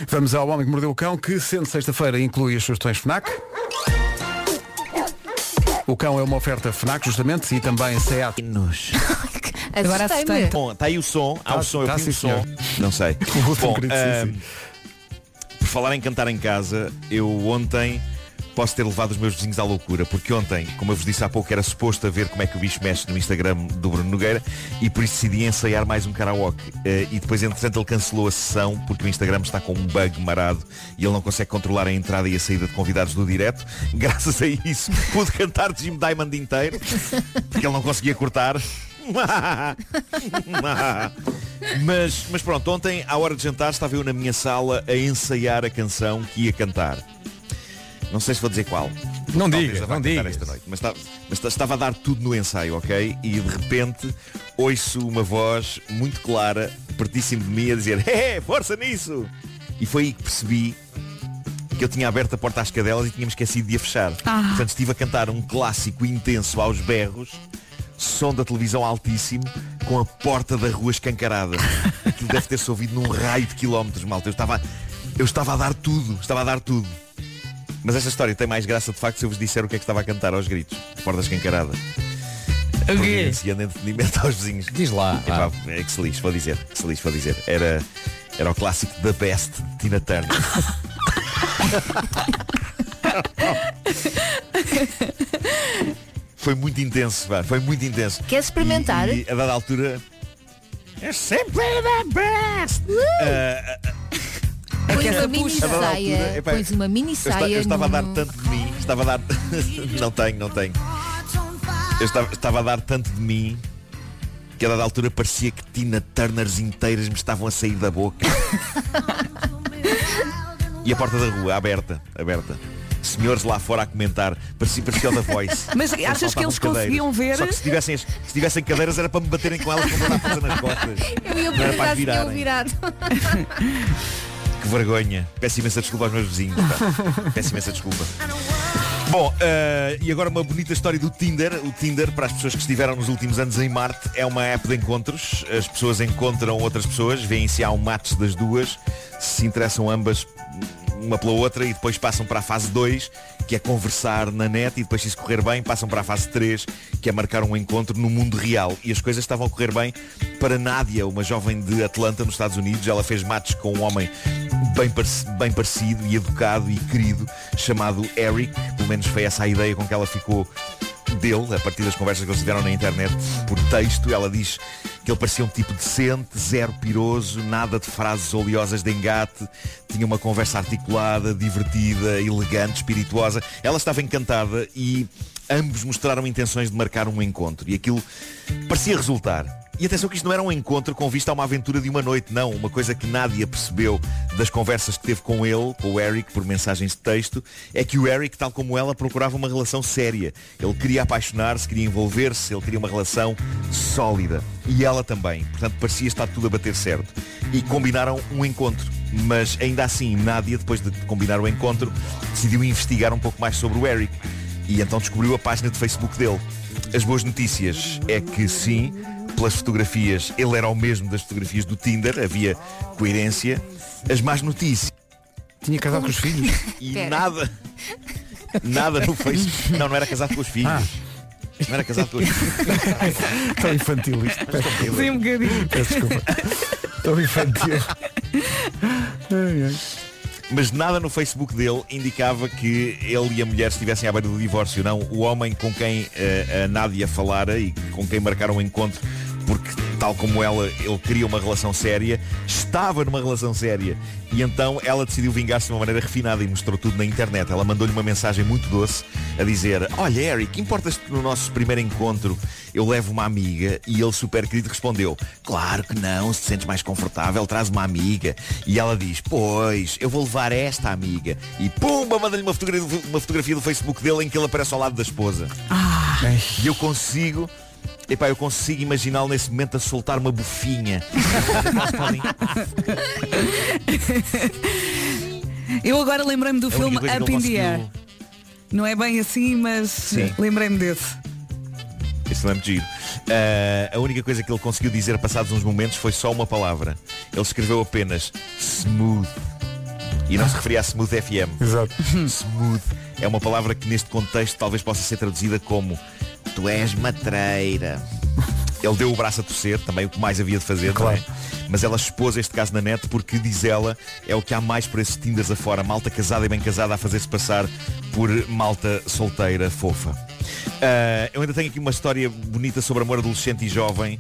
vamos ao Homem que Mordeu o Cão, que sendo sexta-feira inclui as sugestões FNAC. O cão é uma oferta FNAC, justamente, e também SEAT. Agora assustei-me. Bom, está aí o som. Há Tá- o som, eu tá pedi sim, o som. senhor. Não sei. O último Bom, querido, sim, ahm, por falar em cantar em casa, eu ontem posso ter levado os meus vizinhos à loucura, porque ontem, como eu vos disse há pouco, era suposto a ver como é que o bicho mexe no Instagram do Bruno Nogueira e por isso decidi ensaiar mais um karaoke. Eh, e depois, entretanto, ele cancelou a sessão porque o Instagram está com um bug marado e ele não consegue controlar a entrada e a saída de convidados do direto. Graças a isso, pude cantar Jim Diamond inteiro, porque ele não conseguia cortar. mas, mas pronto, ontem à hora de jantar estava eu na minha sala a ensaiar a canção que ia cantar. Não sei se vou dizer qual. Não Talvez digas, a vá não cantar digas. Esta noite. Mas, estava, mas esta- estava a dar tudo no ensaio, ok? E de repente ouço uma voz muito clara, pertíssimo de mim, a dizer É, força nisso! E foi aí que percebi que eu tinha aberto a porta às cadelas e tinha me esquecido de a fechar. Ah. Portanto, estive a cantar um clássico intenso aos berros, som da televisão altíssimo, com a porta da rua escancarada. Aquilo deve ter-se ouvido num raio de quilómetros, malta. Eu estava, eu estava a dar tudo, estava a dar tudo. Mas esta história tem mais graça de facto se eu vos disser o que é que estava a cantar aos gritos, de porta escancarada. Providenciando entretenimento aos vizinhos. Diz lá. Epá, é que se lixe, vou dizer, que se lixe, vou dizer. Era, era o clássico The Best de Tina Turner. Foi muito intenso, pá, foi muito intenso. Queres experimentar? E, e a dada altura, É sempre the best! ah, ah, Pões Aquela uma mini puxa. A dada altura, saia. epá, Pões uma mini eu, esta- saia. eu estava a no- dar tanto de mim, estava a dar. não tenho, não tenho. Eu estava, estava a dar tanto de mim que a dada altura parecia que Tina Turners inteiras me estavam a sair da boca. e a porta da rua, aberta, aberta. Senhores lá fora a comentar, parecia, parecia o da Voice. Mas achas faltavam que eles conseguiam ver? Só que se tivessem, as- se tivessem cadeiras era para me baterem com elas com uma coisa nas costas. Eu ia Não era perguntar para as se tinham virarem. virado. Que vergonha. Peço imensa desculpa aos meus vizinhos. pá. Peço imensa desculpa. Bom, eh, e agora uma bonita história do Tinder. O Tinder, para as pessoas que estiveram nos últimos anos em Marte, é uma app de encontros. As pessoas encontram outras pessoas, veem se há um match das duas, se interessam ambas uma pela outra e depois passam para a fase 2, que é conversar na net e depois se isso correr bem, passam para a fase 3, que é marcar um encontro no mundo real. E as coisas estavam a correr bem para Nádia, uma jovem de Atlanta, nos Estados Unidos. Ela fez match com um homem bem, parec- bem parecido e educado e querido, chamado Eric. Pelo menos foi essa a ideia com que ela ficou dele, a partir das conversas que eles tiveram na internet por texto. Ela diz que ele parecia um tipo decente, zero piroso, nada de frases oleosas de engate, tinha uma conversa articulada, divertida, elegante, espirituosa. Ela estava encantada e ambos mostraram intenções de marcar um encontro e aquilo parecia resultar. E atenção que isto não era um encontro com vista a uma aventura de uma noite, não. Uma coisa que Nadia percebeu das conversas que teve com ele, com o Eric, por mensagens de texto, é que o Eric, tal como ela, procurava uma relação séria. Ele queria apaixonar-se, queria envolver-se, ele queria uma relação sólida. E ela também. Portanto, parecia estar tudo a bater certo. E combinaram um encontro. Mas ainda assim, Nadia, depois de combinar o encontro, decidiu investigar um pouco mais sobre o Eric. E então descobriu a página de Facebook dele. As boas notícias é que sim, pelas fotografias, ele era o mesmo das fotografias do Tinder, havia coerência. As más notícias. Tinha casado com os filhos. E Pera. nada. Nada no Facebook. Não, não era casado com os filhos. Não era casado com os filhos. Tão infantil isto. Sim, um bocadinho. Peço desculpa. Tão infantil. Mas nada no Facebook dele indicava que ele e a mulher estivessem à beira do divórcio, não. O homem com quem eh, a Nádia falara e com quem marcaram um encontro, porque tal como ela, ele queria uma relação séria, estava numa relação séria. E então ela decidiu vingar-se de uma maneira refinada e mostrou tudo na internet. Ela mandou-lhe uma mensagem muito doce a dizer Olha Eric, importas-te que no nosso primeiro encontro eu levo uma amiga? E ele super querido respondeu Claro que não, se te sentes mais confortável, traz uma amiga. E ela diz Pois, eu vou levar esta amiga. E pumba, manda-lhe uma fotogra- uma fotografia, do Facebook dele em que ele aparece ao lado da esposa. E eu consigo... Epá, eu consigo imaginá-lo nesse momento a soltar uma bufinha. é Eu agora É lembrei-me do um A filme única coisa que Up ele in the Air. conseguiu- Não é bem assim, mas Sim. lembrei-me desse. Esse não é muito giro. Ah, a única coisa que ele conseguiu dizer passados uns momentos foi só uma palavra. Ele escreveu apenas smooth. E não se referia a smooth FM. Exato. Smooth é uma palavra que neste contexto talvez possa ser traduzida como tu és matreira. Ele deu o braço a torcer, também o que mais havia de fazer, claro. Mas ela expôs este caso na net porque, diz ela, é o que há mais por esses Tinders afora. Malta casada e bem casada a fazer-se passar por malta solteira fofa. Ah, eu ainda tenho aqui uma história bonita sobre amor adolescente e jovem.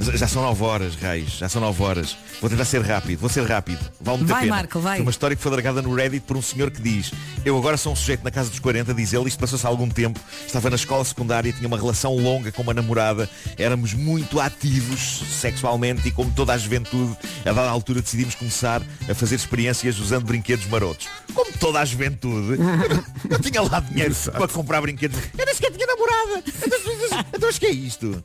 Já já são 9 horas, raios, já são 9 horas. Vou tentar ser rápido, vou ser rápido. Vale muito a Vai, pena. Marco, vai. Foi uma história que foi largada no Reddit por um senhor que diz Eu agora sou um sujeito na casa dos 40, diz ele, isto passou-se há algum tempo Estava na escola secundária, tinha uma relação longa com uma namorada Éramos muito ativos sexualmente e como toda a juventude A dada altura decidimos começar a fazer experiências usando brinquedos marotos Como toda a juventude Eu não tinha lá dinheiro para comprar brinquedos Eu nem sequer tinha namorada Então, Então acho que é isto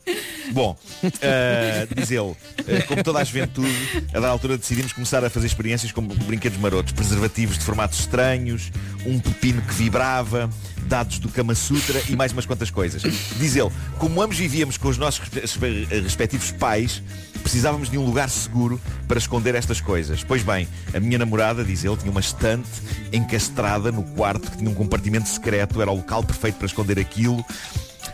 Bom, ah, diz ele, ah, como toda a juventude, a dada altura decidimos começar a fazer experiências com brinquedos marotos, preservativos de formatos estranhos, um pepino que vibrava, dados do Kama Sutra e mais umas quantas coisas. Diz ele, como ambos vivíamos com os nossos respe- respectivos pais, precisávamos de um lugar seguro para esconder estas coisas. Pois bem, a minha namorada, diz ele, tinha uma estante encastrada no quarto que tinha um compartimento secreto, era o local perfeito para esconder aquilo.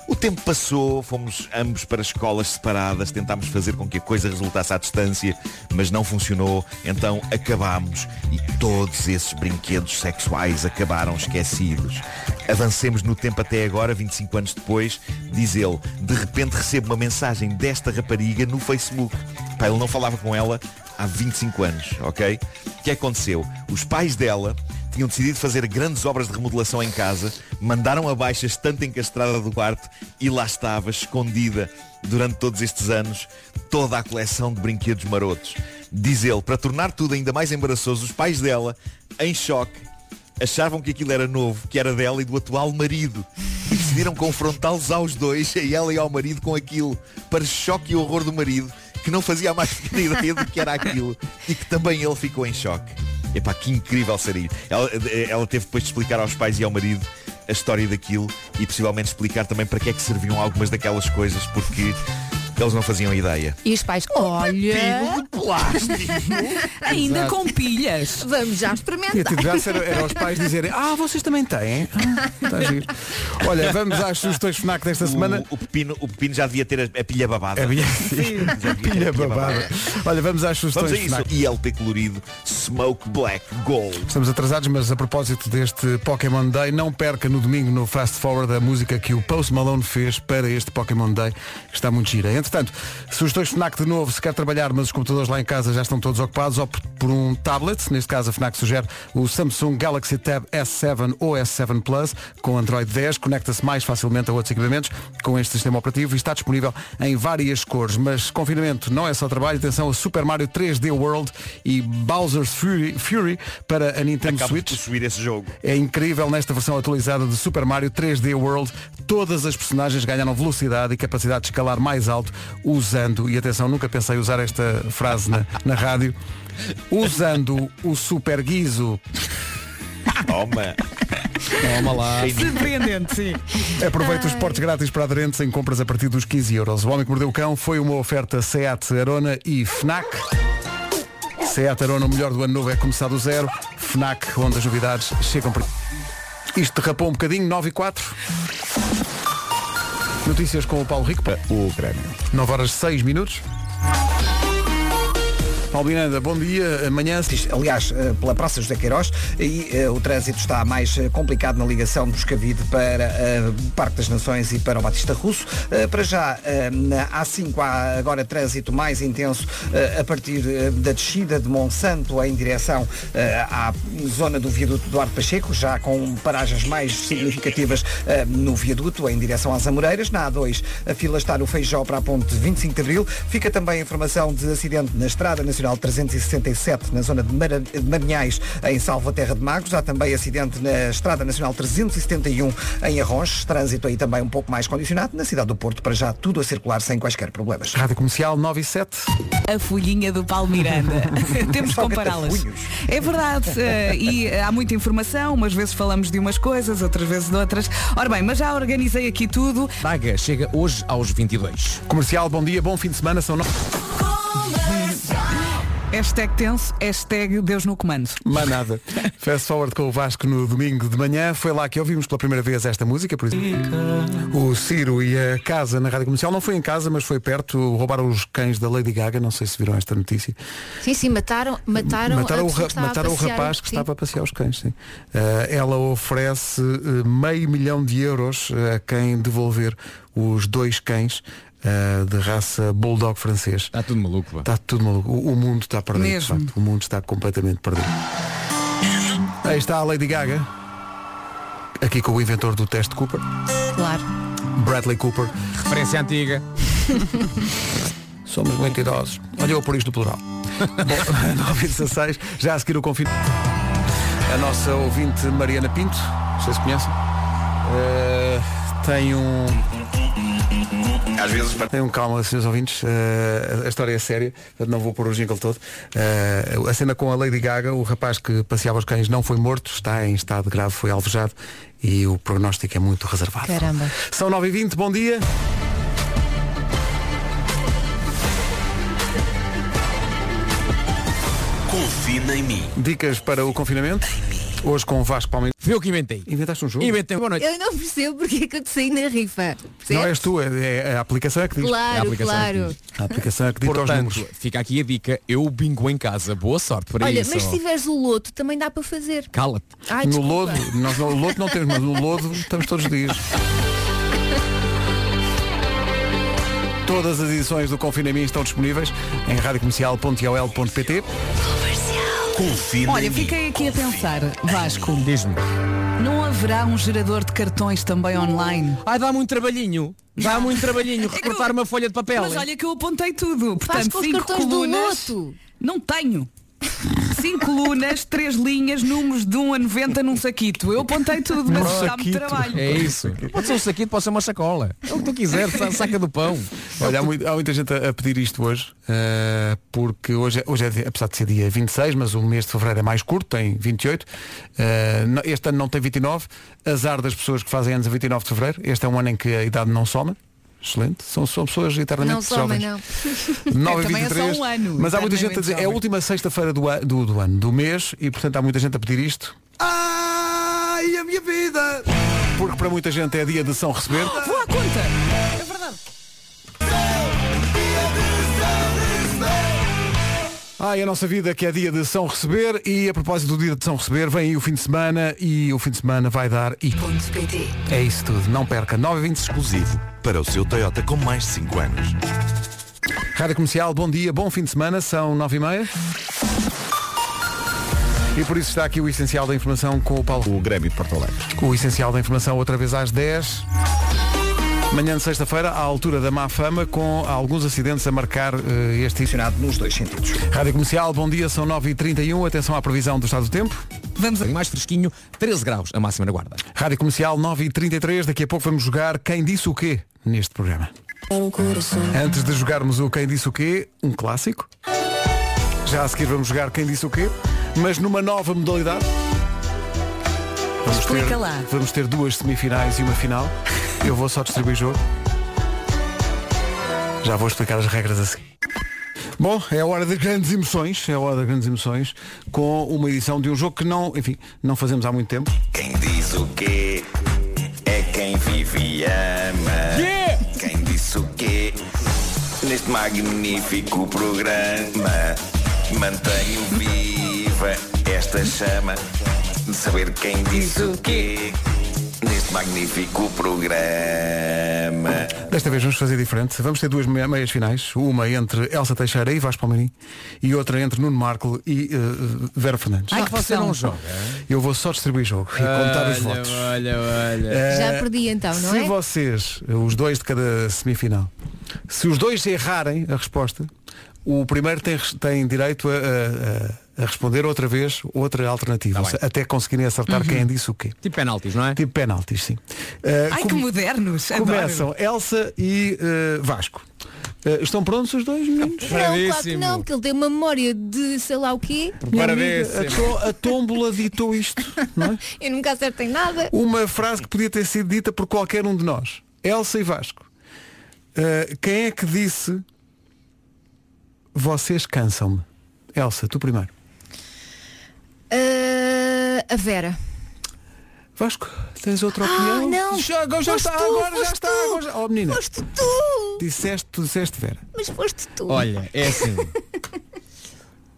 O tempo passou, fomos ambos para escolas separadas, tentámos fazer com que a coisa resultasse à distância, mas não funcionou, então acabámos e todos esses brinquedos sexuais acabaram esquecidos. Avancemos no tempo até agora, 25 anos depois, diz ele, de repente recebo uma mensagem desta rapariga no Facebook. Pá, ele não falava com ela há 25 anos, ok? O que aconteceu? Os pais dela tinham decidido fazer grandes obras de remodelação em casa, mandaram abaixo a estante encastrada do quarto e lá estava, escondida, durante todos estes anos, toda a coleção de brinquedos marotos. Diz ele, para tornar tudo ainda mais embaraçoso, os pais dela, em choque, achavam que aquilo era novo, que era dela e do atual marido. E decidiram confrontá-los aos dois, a ela e ao marido, com aquilo, para choque e horror do marido, que não fazia a mais pequena ideia do que era aquilo e que também ele ficou em choque. Epá, que incrível ser isso. Ela, ela teve depois de explicar aos pais e ao marido a história daquilo e possivelmente explicar também para que é que serviam algumas daquelas coisas, porque eles não faziam ideia. E os pais, olha... plástico. Ainda Exato. com pilhas. Vamos já experimentar. Tinha tido graça era, era os pais dizerem Ah, vocês também têm Ah, tá giro. Olha, vamos às sugestões FNAC desta semana É O, o pepino, o pepino já devia ter a, a pilha babada. A pilha- Já devia ter a Pilha babada Olha, vamos às é Vamos sugestões a isso. FNAC E LP colorido Smoke Black Gold. Estamos atrasados, mas a propósito deste Pokémon Day Não perca no domingo no Fast Forward A música que o Post Malone fez para este Pokémon Day que Está muito gira Entretanto, sugestões FNAC de novo Se quer trabalhar, mas os computadores lá em casa já estão todos ocupados, opte por um tablet, neste caso a FNAC sugere o Samsung Galaxy Tab S7 ou S7 Plus com Android 10, conecta-se mais facilmente a outros equipamentos com este sistema operativo e está disponível em várias cores. Mas confinamento não é só trabalho, atenção a Super Mario 3D World e Bowser's Fury, Fury para a Nintendo Acabo Switch. de possuir esse jogo. É incrível nesta versão atualizada de Super Mario 3D World. Todas as personagens ganharam velocidade e capacidade de escalar mais alto usando, e atenção, nunca pensei usar esta frase na, na rádio, usando o Super Guizo. Toma! Toma lá. Surpreendente, sim. Aproveita os portes grátis para aderentes em compras a partir dos 15 euros. O Homem que Mordeu o Cão foi uma oferta SEAT Arona e FNAC. SEAT Arona, o melhor do ano novo é começar do zero. FNAC, onde as novidades chegam por... Isto derrapou um bocadinho, 9 e 4. Notícias com o Paulo Rico. O Grêmio. 9 horas 6 minutos. Paulo Miranda, bom dia. Amanhã... Aliás, eh, pela Praça José Queiroz, e eh, o trânsito está mais eh, complicado na ligação de Moscavide para eh, o Parque das Nações e para o Batista Russo. Eh, Para já, eh, na A5 há agora trânsito mais intenso eh, a partir eh, da descida de Monsanto em direção eh, à zona do viaduto Eduardo Pacheco, já com paragens mais significativas eh, no viaduto em direção às Amoreiras. Na A2, a fila está no Feijó para a ponte 25 de Abril. Fica também a informação de acidente na Estrada Nacional 367, na zona de, Mara, de Marinhais, em Salvaterra de Magos. Há também acidente na Estrada Nacional 371, em Arronches. Trânsito aí também um pouco mais condicionado. Na cidade do Porto, para já, tudo a circular sem quaisquer problemas. Rádio Comercial 9 e 7. A folhinha do Paulo Miranda. Temos que Só compará-las. catafunhos. É verdade. eh, e eh, há muita informação. Umas vezes falamos de umas coisas, outras vezes de outras. Ora bem, mas já organizei aqui tudo. Braga chega hoje aos 22. Comercial, bom dia, bom fim de semana. São 9... Hashtag tenso, hashtag Deus no comando. Mas nada. Fast Forward com o Vasco no domingo de manhã. Foi lá que ouvimos pela primeira vez esta música, por exemplo. O Ciro e a casa na rádio comercial. Não foi em casa, mas foi perto. Roubaram os cães da Lady Gaga. Não sei se viram esta notícia. Sim, sim, mataram, mataram, mataram a o, pessoa ra- que estava a mataram o passear. um rapaz que Sim. estava a passear os cães. Sim. Ah, ela oferece eh, meio milhão de euros a quem devolver os dois cães. ah, de raça bulldog francês. Está tudo maluco. Está Tá tudo maluco. O, o mundo está perdido. de Mesmo. facto. O mundo está completamente perdido. Aí está a Lady Gaga. Aqui com o inventor do teste Cooper. Claro. Bradley Cooper. Referência antiga. Somos muito idosos. Olha eu por isto no plural. Bom, 9 e 16, já a seguir o confino. A nossa ouvinte Mariana Pinto, vocês conhecem? eh, tem um... Às vezes Tenham calma, senhores ouvintes, eh, a história é séria, portanto não vou pôr o jingle todo. Eh, a cena com a Lady Gaga, o rapaz que passeava os cães não foi morto, está em estado grave, foi alvejado e o prognóstico é muito reservado. Caramba. São 9h20, bom dia. Confina em mim. Dicas para o confinamento? Hoje com o Vasco Palmeiras. Viu o que inventei? Inventaste um jogo? Inventei. Boa noite. Eu não percebo porque é que eu te saí na rifa. Não percebes? és tu, é, é a aplicação é que diz. Claro, É a aplicação claro. é que diz. A aplicação é que diz aos números. Portanto, fica aqui a dica, eu bingo em casa. Boa sorte para Olha, isso. mas se tiveres o loto também dá para fazer. Cala-te. Ai, no desculpa. lodo, né, nós no lodo não temos, mas no lodo estamos todos os dias. Todas as edições do Confinamento estão disponíveis em radiocomercial.ol.pt Confina Olha, fiquei aqui a pensar, Vasco. Não haverá um gerador de cartões também online? Ai, dá muito trabalhinho. Dá muito É trabalhinho recortar uma folha de papel. Mas olha que eu apontei tudo. Faz Portanto, com os cinco cartões do colunas. Não tenho. Cinco colunas, três linhas, números de 1 a 90 num saquito. Eu apontei tudo, mas isso dá-me trabalho. É isso. Pode ser um saquinho, pode ser uma sacola. É o que tu quiseres, sa- saca do pão. Olha, há, muito- há muita gente a, a pedir isto hoje, eh, porque hoje, é- hoje é, dia- apesar de ser dia 26, mas o mês de fevereiro é mais curto, tem 28. eh, não- este ano não tem 29. Azar das pessoas que fazem anos a 29 de fevereiro. Este é um ano em que a idade não soma. Excelente. São, são pessoas eternamente Não soma, jovens. não. é 9 e 23. um Mas há muita gente a dizer, é a última sexta-feira do, a- do, do ano, do mês, e portanto há muita gente a pedir isto. Ai, a minha vida! Porque para muita gente é dia de São Receber. Vou à conta. É verdade. Ai, a nossa vida que é dia de São Receber e a propósito do dia de São Receber vem aí o fim de semana e o fim de semana vai dar e... É isso tudo, não perca. 9 e 20 exclusivo para o seu Toyota com mais de 5 anos. Rádio Comercial, bom dia, bom fim de semana, são nove e meia. E por isso está aqui o essencial da informação com o Paulo. O Grêmio de Porto Alegre. O essencial da informação outra vez às 10. Manhã de sexta-feira, à altura da má fama, com alguns acidentes a marcar eh, este Funcionado nos dois sentidos. Rádio Comercial, bom dia, são 9h31, atenção à previsão do estado do tempo. Vamos a... Mais fresquinho, 13 graus, a máxima na guarda. Rádio Comercial 9h33, daqui a pouco vamos jogar Quem Disse o Quê neste programa. Antes de jogarmos o Quem Disse o Quê, um clássico. Já a seguir vamos jogar Quem Disse o Quê, mas numa nova modalidade. Vamos ter, Explica lá. vamos ter duas semifinais e uma final. Eu vou só distribuir jogo. Já vou explicar as regras a seguir. Bom, é a hora das grandes emoções, é a hora das grandes emoções, com uma edição de um jogo que não, enfim, não fazemos há muito tempo. Quem diz o quê é quem vive e ama. Quem disse o quê neste magnífico programa? Mantenho viva esta chama de saber quem disse o quê neste magnífico programa. Desta vez vamos fazer diferente. Vamos ter duas meia- meias finais. Uma entre Elsa Teixeira e Vasco Palmeirim e outra entre Nuno Marco e eh, Vera Fernandes. Ai, que Você pressão. um não joga, Eu vou só distribuir jogo e contar os Olha, votos. Olha, olha. Eh, Já perdi então, não se é? vocês, os dois de cada semifinal, se os dois errarem a resposta, o primeiro tem, tem direito a, a- a- a responder outra vez outra alternativa, ou seja, até conseguirem acertar Uhum. quem disse o quê. Tipo penaltis, não é? Tipo penaltis, sim. Eh, Ai, que modernos. Começam adoro. Elsa e eh, Vasco. Eh, estão prontos os dois meninos? Não, claro que não, porque ele tem uma memória de sei lá o quê. Minha amiga, a, to- a tómbola ditou isto. não é? Eu nunca acertei nada. Uma frase que podia ter sido dita por qualquer um de nós. Elsa e Vasco. Eh, quem é que disse vocês cansam-me? Elsa, tu primeiro. Ah, a Vera. Vasco, tens outra Ah, opinião? não. Já, agora já Foste está, tu, agora já foste está. tu. Agora já... Oh menina. Foste tu. Disseste, tu disseste Vera. Mas foste tu. Olha, é assim.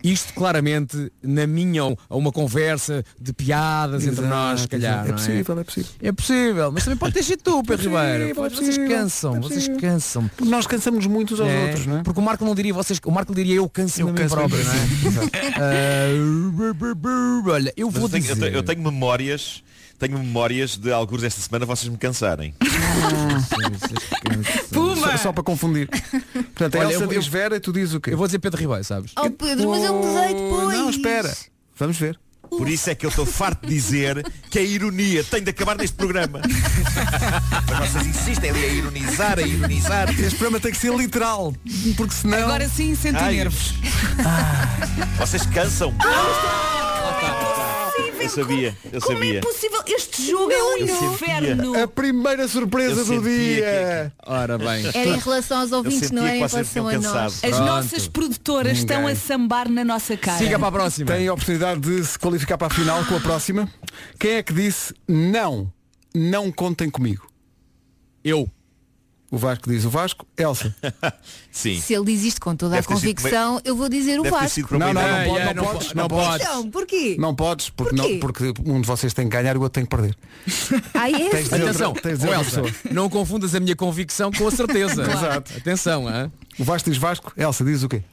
Isto claramente, na minha, a uma conversa de piadas entre Exato, nós, se calhar. exato. É não possível, é possível. É possível, mas também pode ter sido tu, Pedro Ribeiro. Pode- Vocês cansam, vocês cansam. Nós cansamos muito uns aos É, outros, não é? Porque o Marco não diria vocês, o Marco diria eu canso eu na minha canso-me própria, não sim. é? Ah, Olha, eu Mas vou eu, tenho, eu dizer. tenho- eu tenho memórias, tenho memórias de alguns esta semana vocês me cansarem. Puma! Só, só para confundir. Portanto, a Olha, Elsa eu- diz Vera e tu dizes o quê? Eu vou dizer Pedro Ribeiro, sabes? Oh Pedro, mas eu mudei depois. Não, espera. Vamos ver. Por isso é que eu estou farto de dizer que a ironia tem de acabar neste programa. Mas vocês insistem ali a ironizar, a ironizar. Este programa tem que ser literal, porque senão. Agora sim senti Ai, nervos. Vocês cansam. Eu sabia, eu sabia. é Possível, este jogo é um Eu sabia. inferno. A primeira surpresa Eu do sentia dia. Ora bem. Era em relação aos ouvintes, sentia não era que em vocês relação a tinham nós. As Pronto. nossas produtoras estão a Ninguém. sambar na nossa cara. próxima. Tem a oportunidade de se qualificar para a final com a próxima. Quem é que disse não? Não contem comigo. Eu. O Vasco diz o Vasco. Elsa. Sim. Se ele diz isto com toda a Deve ter sido convicção, eu vou dizer o Deve ter Vasco. sido para Não, não, não, pode, não, podes, não podes. Então, porquê? Não podes, porque, não, Porquê? porque um de vocês tem que ganhar e o outro tem que perder. Ah, é? Tens de dizer Atenção, outra- tens de dizer oh, outra Elsa, pessoa. não confundas a minha convicção com a certeza. Claro. Exato. Atenção, hã? O Vasco diz Vasco, Elsa diz o quê?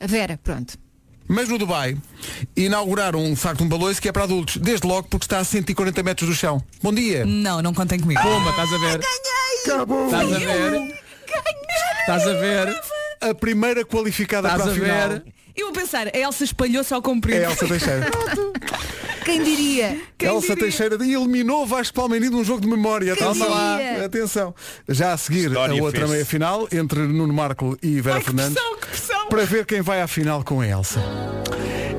A Vera, pronto. Mas no Dubai inauguraram um facto um baloiço que é para adultos, desde logo porque está a 140 metros do chão. Bom dia. Não, não contem comigo. Pumba, estás a ver? Acabou. Estás a ver? Estás a ver? A primeira qualificada Estás para a, a final. ver? Eu vou pensar, a Elsa espalhou-se ao É comprido. Elsa Teixeira. Quem diria? Quem Elsa diria? Teixeira eliminou Vasco Palmeirinho de um jogo de memória. Quem Calma lá. diria? Atenção. Já a seguir História a outra fez-se. meia final entre Nuno Marco e Vera Fernandes. Para ver quem vai à final com a Elsa.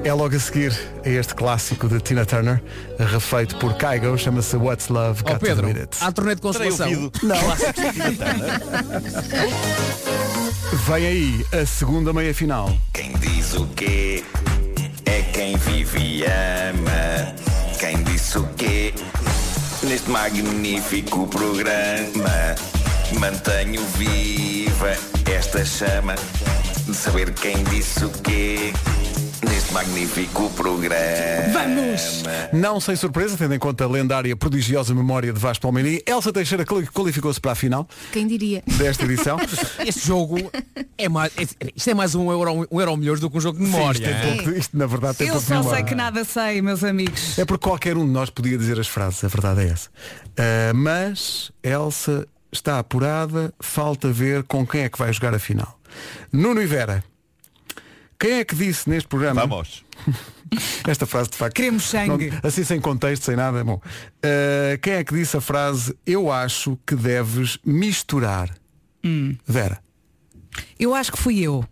É logo a seguir a este clássico de Tina Turner, refeito por Kygo, chama-se What's Love Ó Got Pedro, to Admit It. há torneio de consolação. Vem aí a segunda meia final. Quem diz o quê é quem vive e ama. Quem disse o quê neste magnífico programa. Mantenho viva esta chama de saber quem disse o quê neste Magnífico programa. Vamos! Não sem surpresa, tendo em conta a lendária, prodigiosa memória de Vasco Palmeirim, Elsa Teixeira quali- qualificou-se para a final Quem diria? desta edição. Este jogo é mais. é- Isto é mais um euro, um euro melhores do que um jogo de memória. Sim, isto, é tem pouco- isto, na verdade tem Eu pouco só memória. sei que nada sei, meus amigos. É porque qualquer um de nós podia dizer as frases, a verdade é essa. Ah, mas Elsa está apurada, falta ver com quem é que vai jogar a final. Nuno e Vera, quem é que disse neste programa? Vamos. Esta frase de facto. Queremos sangue. Não- assim sem contexto, sem nada. Bom, Ah, quem é que disse a frase eu acho que deves misturar? Hum. Vera, Eu acho que fui eu.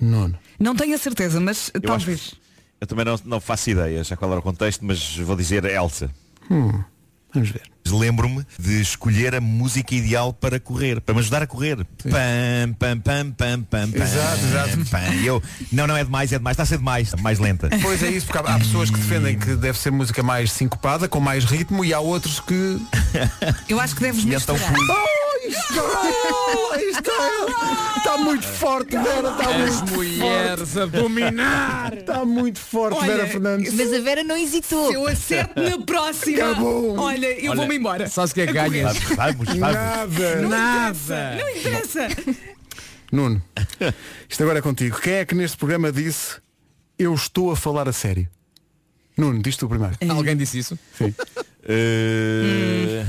Nuno. Não tenho a certeza, mas Eu acho talvez. Eu também não, não faço ideia já qual era o contexto, mas vou dizer Elsa. Hum, vamos ver. Lembro-me de escolher a música ideal para correr, para me ajudar a correr. Pam, pam, pam, pam, pam, pam. Exato, exato. Pam. E eu, não, não é demais, é demais, está a ser demais, mais lenta. Pois é isso, porque há há pessoas que defendem que deve ser música mais sincopada, com mais ritmo, e há outros que. Eu acho que deves E então misturar. fui. é, ah, Isto é. está muito forte, Vera, está As muito mulheres forte. a dominar. Está muito forte, Vera Fernandes. Mas a Vera não hesitou. Se eu acerto na próxima, Acabou. olha, eu Olha, vou-me embora. Sabes o que é que ganhas? Vamos, vamos, vamos. Nada. é Nada. Não interessa. Nuno, isto agora é contigo. Quem é que neste programa disse eu estou a falar a sério? Nuno, diz tu primeiro. Alguém disse isso? Sim. Uh,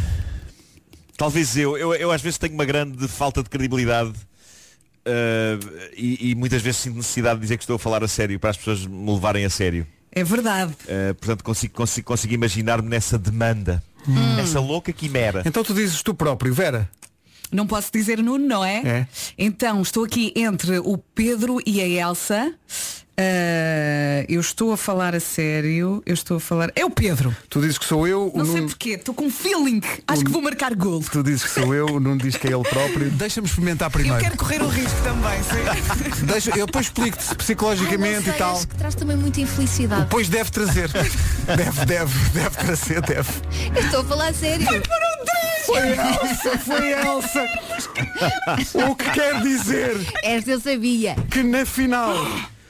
Talvez eu, eu. Eu às vezes tenho uma grande falta de credibilidade uh, e, e muitas vezes sinto necessidade de dizer que estou a falar a sério para as pessoas me levarem a sério. É verdade. Uh, portanto, consigo, consigo, consigo imaginar-me nessa demanda, nessa louca quimera. Então tu dizes tu próprio, Vera. Não posso dizer Nuno, não é? É. Então, estou aqui entre o Pedro e a Elsa. Ah, eu estou a falar a sério. Eu estou a falar. É o Pedro. Tu dizes que sou eu, o Não sei Nuno. porquê. Estou com um feeling. Acho que vou marcar golo. Tu dizes que sou eu, o Nuno diz que é ele próprio. Deixa-me experimentar Eu primeiro. quero correr o risco também. sim. Deixa, eu depois explico-te Ai, não psicologicamente sei, e tal. Acho que traz também muita infelicidade. Pois deve trazer. deve, deve, deve trazer, deve. Eu estou a falar a sério. Foi Elsa, foi Elsa. O que quer dizer Esta eu sabia. que na final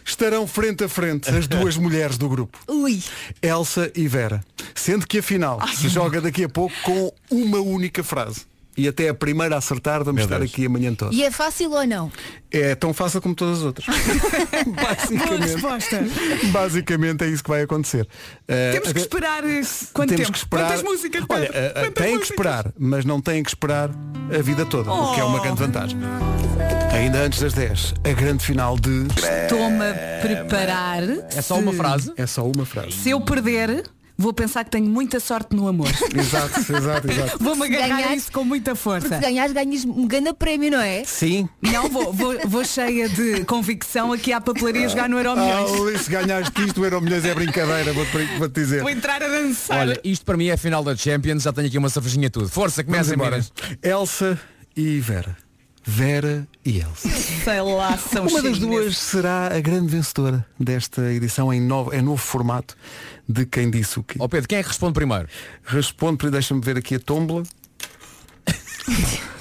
estarão frente a frente as duas mulheres do grupo. Ui. Elsa e Vera. Sendo que a final se joga daqui a pouco com uma única frase. E até a primeira a acertar vamos estar aqui amanhã toda. E é fácil ou não? É tão fácil como todas as outras. Basicamente. Basicamente é isso que vai acontecer. Eh, Temos que até- esperar eh, quanto temos tempo? que esperar. Quantas músicas? Olha, Pedro? eh, eh, Quantas têm que músicas? esperar, mas não têm que esperar a vida toda, o que é uma grande vantagem. Oh. Ainda antes das 10, a grande final de. Estou-me a preparar. É só uma frase? É só uma frase. Se eu perder, vou pensar que tenho muita sorte no amor. Exato, exato, exato. Vou-me Se agarrar a ganhares- isso com muita Porque força. se ganhas, ganhas um grande prémio, não é? Sim. Não, vou, vou, vou cheia de convicção aqui à papelaria jogar no Euro Ah, Milhões. Luís, se ganhaste isto, o Euro Milhões é brincadeira, vou-te vou -te dizer. Vou entrar a dançar. Olha, isto para mim é a final da Champions, já tenho aqui uma safajinha tudo. Força, Vamos começa embora. embora. Elsa e Vera. Vera e Elsa. Sei lá, são Uma das chineses. duas será a grande vencedora desta edição em novo, em novo formato de quem disse o quê. Ó Pedro, quem é que responde primeiro? Responde, primeiro, deixa-me ver aqui a tombola.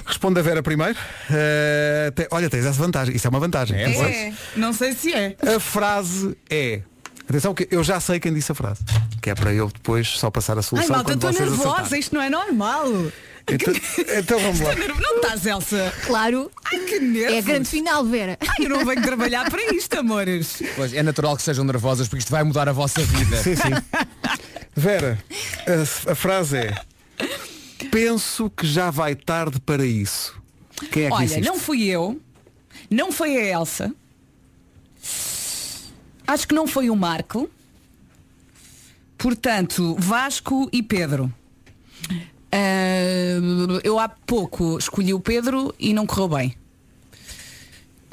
Responde a Vera primeiro. Eh, te- olha, tens essa vantagem. Isso é uma vantagem. É, Atenção. É, não sei se é. A frase é. Atenção que eu já sei quem disse a frase. Que é para eu depois só passar a Ai, solução. malta, quando estou vocês nervosa, acertarem. isto não é normal. Então, então vamos lá. Estou nervo- Tá Não estás, Elsa? Claro. Ai, que É nervos. a grande final, Vera. Ai, eu não venho trabalhar para isto, amores. Pois, é natural que sejam nervosas porque isto vai mudar a vossa vida. Sim, sim. Vera, a, a frase é Penso que já vai tarde para isso. Quem é que disse Olha, isto? não fui eu, não foi a Elsa, acho que não foi o Marco, portanto, Vasco e Pedro. Ah, eu há pouco escolhi o Pedro e não correu bem.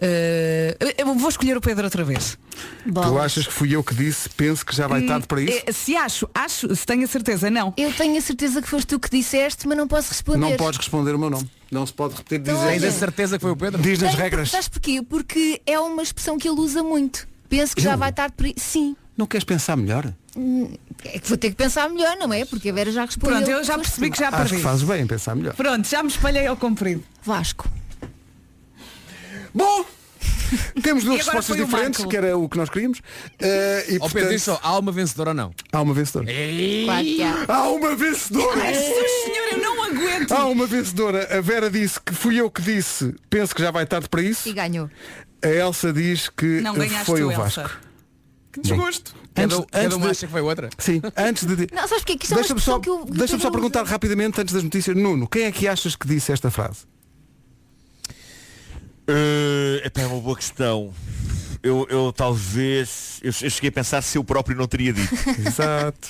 Ah, eu vou escolher o Pedro outra vez. Tu Bolas. achas que fui eu que disse penso que já vai tarde para isso? Eh, Se acho, acho, se tenho a certeza, não. Eu tenho a certeza que foste tu que disseste, mas não posso é responder. Não podes responder o meu nome. Não se pode repetir. Diz, Então, as- Tens a olha. certeza que foi o Pedro? diz nas Tenho, regras. Sabes porquê? Porque é uma expressão que ele usa muito. Penso que já Eu? vai tarde por aí. Sim. Não queres pensar melhor? É que vou ter que pensar melhor, não é? Porque a Vera já respondeu. Pronto, eu já Foste percebi tu. que já Acho que Ah, perdi. fazes bem em pensar melhor. Pronto, já me espalhei ao comprido. Vasco. Bom, Temos duas E agora respostas foi o diferentes, Marco. que era o que nós queríamos. Eh, e, Ó Pedro, diz só, É. há uma vencedora ou não? Há uma vencedora. É Claro que há. Há uma vencedora. Ai, senhora, eu não aguento. Há uma vencedora. A Vera disse que fui eu que disse, penso que já vai tarde para isso. E ganhou. A Elsa diz que Não ganhaste foi tu, o Vasco. Elsa. Que desgosto. Cada- cada um acha que foi outra? Sim, antes de... Não, sabes porquê? Que isto é uma Deixa-me só, expressão que eu- que eu deixa só quero perguntar rapidamente antes das notícias. Nuno, quem é que achas que disse esta frase? Eh, epá, é uma boa questão. Eu, eu talvez. Eu, eu cheguei a pensar se eu próprio não teria dito. Exato.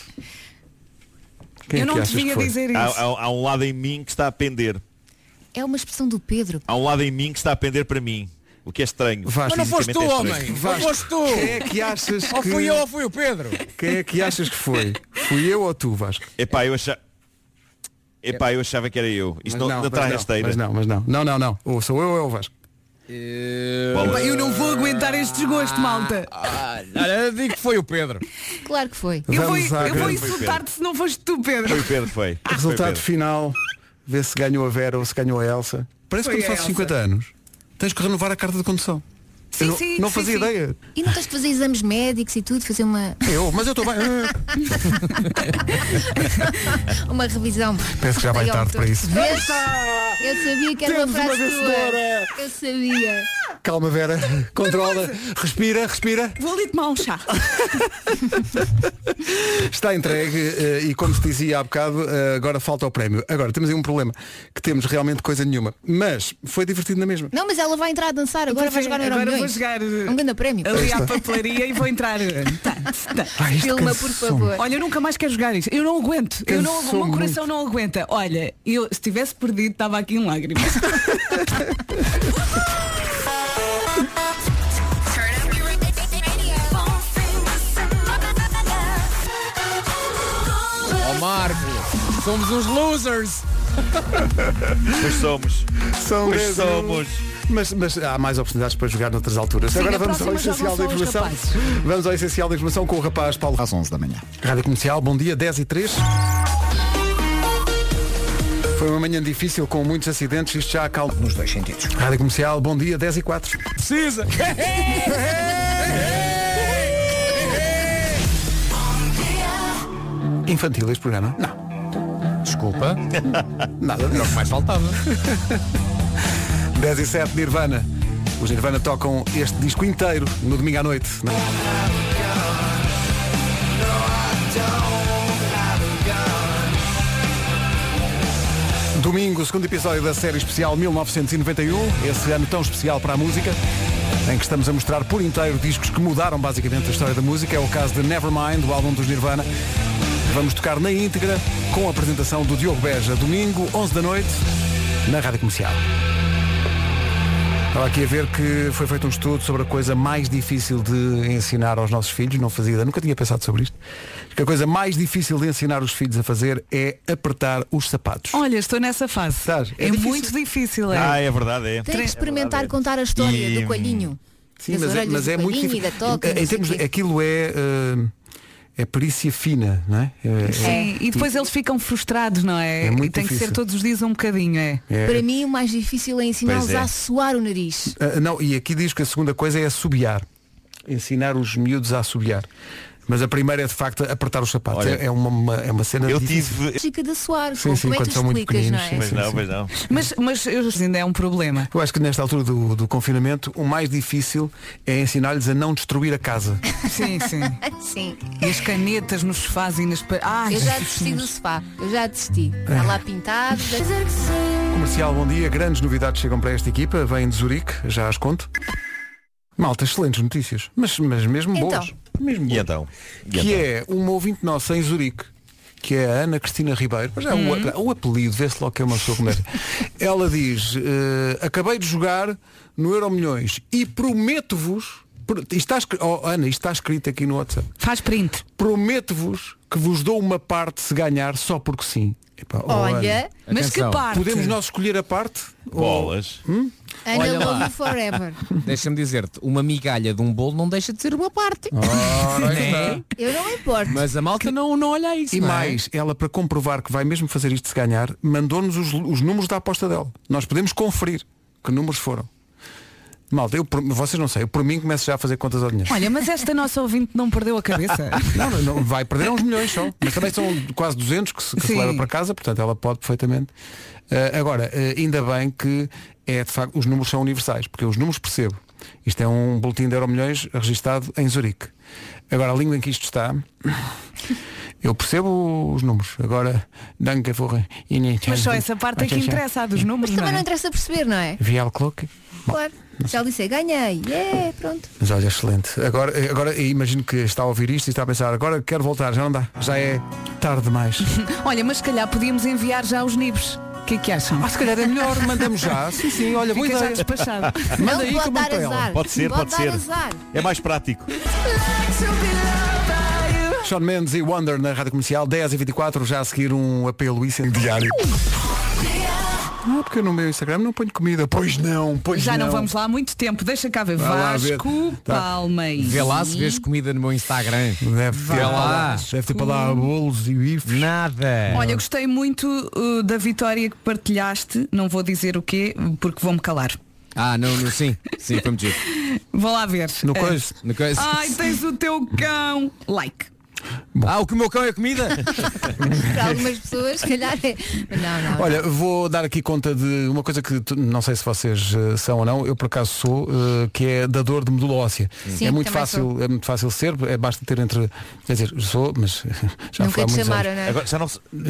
Quem é que achas que foi? Há, há- há um lado em mim que está a pender. É uma expressão do Pedro. Há um lado em mim que está a pender para mim. O que é estranho. Vasco. Mas não foste tu, Fisicamente é homem. estranho. Não foste tu. Quem é que achas Ou que- fui eu ou fui o Pedro. Quem é que achas que foi? Fui eu ou tu, Vasco? Epá, eu achava. Epá, eu achava que era eu. Mas Isto não, não, não, mas traz não, rasteira. mas né? não, mas não. Não, não, não. Ou sou eu ou é o Vasco? Epá, Eu não vou aguentar este desgosto, malta. Olha, digo que foi o Pedro. Claro que foi. Eu vou, Vamos à eu vou grande. insultar-te se não foste tu, Pedro. Foi o Ah, Pedro, foi. Resultado final, vê se ganhou a Vera ou se ganhou a Elsa. Parece Foi que quando a fazes Elsa. 50 anos, tens que renovar a carta de condução. Sim, Eu não, sim, não sim, fazia sim. ideia. E não tens de fazer exames médicos e tudo, fazer uma, Eu, mas eu estou bem. uma revisão. Penso que já vai Maior tarde de tudo. para isso. Vês? Eu sabia que era uma Temos uma frase tua. Eu sabia. Calma, Vera. Controla. Respira, respira. Vou ali tomar um chá. Está entregue eh, e como se dizia há bocado, eh, agora falta o prémio. Agora, temos aí um problema, que temos realmente coisa nenhuma. Mas foi divertido na mesma. Não, mas ela vai entrar a dançar, agora Então, vai jogar no Agora vou Euromilhões. jogar eh, É Um grande prémio. ali à Esta. papelaria e vou entrar. eh, Filma, por favor. Olha, eu nunca mais quero jogar isto. Eu não aguento. Eu não, o meu Cansou-me coração não aguenta. Olha, eu se tivesse perdido estava aqui em lágrimas. Ó Marco, somos uns losers. Pois somos. São pois mesmo. somos. Mas, mas há mais oportunidades para jogar noutras alturas. Sim, Agora na vamos ao próxima essencial da jogam só os informação. Vamos ao essencial da informação com o rapaz Paulo. Às 11 da manhã. Rádio Comercial, bom dia, 10 e 3. Foi uma manhã difícil com muitos acidentes, isto já acalma. Nos dois sentidos. Rádio Comercial, bom dia, 10 e 4. Precisa. Infantil este programa? Não. Desculpa. Nada disso. que mais faltava. 10 e 7, Nirvana. Os Nirvana tocam este disco inteiro no domingo à noite. Na- Domingo, o segundo episódio da série especial 1991, esse ano tão especial para a música, em que estamos a mostrar por inteiro discos que mudaram basicamente a história da música. É o caso de Nevermind, o álbum dos Nirvana. Vamos tocar na íntegra com a apresentação do Diogo Beja, domingo, 11 da noite, na Rádio Comercial. Estava aqui a ver que foi feito um estudo sobre a coisa mais difícil de ensinar aos nossos filhos, não fazia ideia, nunca tinha pensado sobre isto, que a coisa mais difícil de ensinar os filhos a fazer é apertar os sapatos. Olha, estou nessa fase. É, muito difícil, é. Ah, é verdade, é. Tem que experimentar contar a história E- do coelhinho. Sim, das mas, é- orelhas mas do é muito coelhinho e difícil. da toca, Em- não em sei termos, o quê. aquilo é, eh, é perícia fina, não é? É- Sim, é- e depois eles ficam frustrados, não é? É muito e tem que difícil. ser todos os dias um bocadinho, é. É. Para mim o mais difícil é ensiná-los Pois é. a suar o nariz. Ah, não, e aqui diz que a segunda coisa é assobiar. Ensinar os miúdos a assobiar. Mas a primeira é de facto apertar os sapatos. Olha, é, é uma, uma- é uma cena eu difícil. Chica de suar, Sim, como, sim, como é que quando tu são muito explicas, não é? pequeninos, sim, Pois sim, não, sim. pois não. Mas, mas eu- ainda é um problema. Eu acho que nesta altura do, do confinamento o mais difícil é ensinar-lhes a não destruir a casa. Sim, sim. é? sim. E as canetas nos fazem nas. pa- Ai, Eu já desisti do sofá, eu já desisti. É. Está lá pintado. Comercial, bom dia. Grandes novidades chegam para esta equipa. Vêm de Zurique, já as conto. Malta, excelentes notícias. Mas, mas mesmo Então. boas. Mesmo boas. E então? E que então? é uma ouvinte nossa em Zurique, que é a Ana Cristina Ribeiro, mas já Hum. o, o apelido, vê-se logo que é uma pessoa como esta. Ela diz, eh, acabei de jogar no Euro Milhões e prometo-vos, pr- isto está, escri- oh, Ana, isto está escrito aqui no WhatsApp. Faz print. Prometo-vos que vos dou uma parte se ganhar só porque sim. Epá, oh, Olha, Ana. mas que Atenção. parte? Podemos nós escolher a parte? Bolas. Hum? Ana Olha Love lá. you forever. Deixa-me dizer-te, uma migalha de um bolo não deixa de ser uma parte. Né? Eu não me importo. Mas a malta não, não olha a isso. E não é? mais, ela para comprovar que vai mesmo fazer isto se ganhar, mandou-nos os, os números da aposta dela. Nós podemos conferir que números foram. Malta, eu, por- vocês não sei, eu por mim começo já a fazer contas ao dinheiro. Olha, mas esta nossa ouvinte não perdeu a cabeça. Não, não, não, vai perder uns milhões só. Mas também são quase 200 que se, que se Sim. leva para casa, portanto ela pode perfeitamente. Ah, agora, ah, ainda bem que é de facto, os números são universais, porque eu os números percebo. Isto é um boletim de euro milhões registado em Zurique. Agora, a língua em que isto está, eu percebo os números. Agora, danke vorre. Mas só essa parte é que interessa, a dos números. Mas também não não é? interessa perceber, não é? Viel Clock. Claro. Já lhe disse, ganhei. Yeah, pronto. Mas olha, excelente. Agora, eh, agora imagino que está a ouvir isto e está a pensar, agora quero voltar, já não dá. Já é tarde demais. Olha, mas se calhar podíamos enviar já os nibs. O que é que acham? Ah, se calhar é melhor, mandamos já. Sim, sim, olha, Fica boa já ideia. despachado. Manda aí que eu mando para ela. Pode ser, pode ser. É mais prático. Sean Mendes e Wonder na Rádio Comercial, 10 e 24 já a seguir um apelo incendiário. Ah, porque eu no meu Instagram não ponho comida. Pois não, pois Já não. não. vamos lá há muito tempo. Deixa cá ver. Vai lá ver. Vasco Tá. Palmeiras. Vê lá se vês comida no meu Instagram. Deve Vê lá. Deve ter para lá bolos e bifes. Nada. Olha, gostei muito uh, da vitória que partilhaste. Não vou dizer o quê, porque vou-me calar. Ah, não, não, sim. Sim, foi-me giro. Vou lá ver. No É. Eh, coiso. No coiso. Ai, tens o teu cão. Like. Ah, o que o meu cão é comida? Para algumas pessoas, se calhar é. Mas não, não. Olha, vou dar aqui conta de uma coisa que tu- não sei se vocês eh, são ou não, eu por acaso sou, eh, que é da dor de medula óssea. Sim, é muito também fácil, é muito fácil ser, é basta ter entre, quer dizer, sou, mas já Nunca foi há te muitos chamaram, anos. não é? Agora,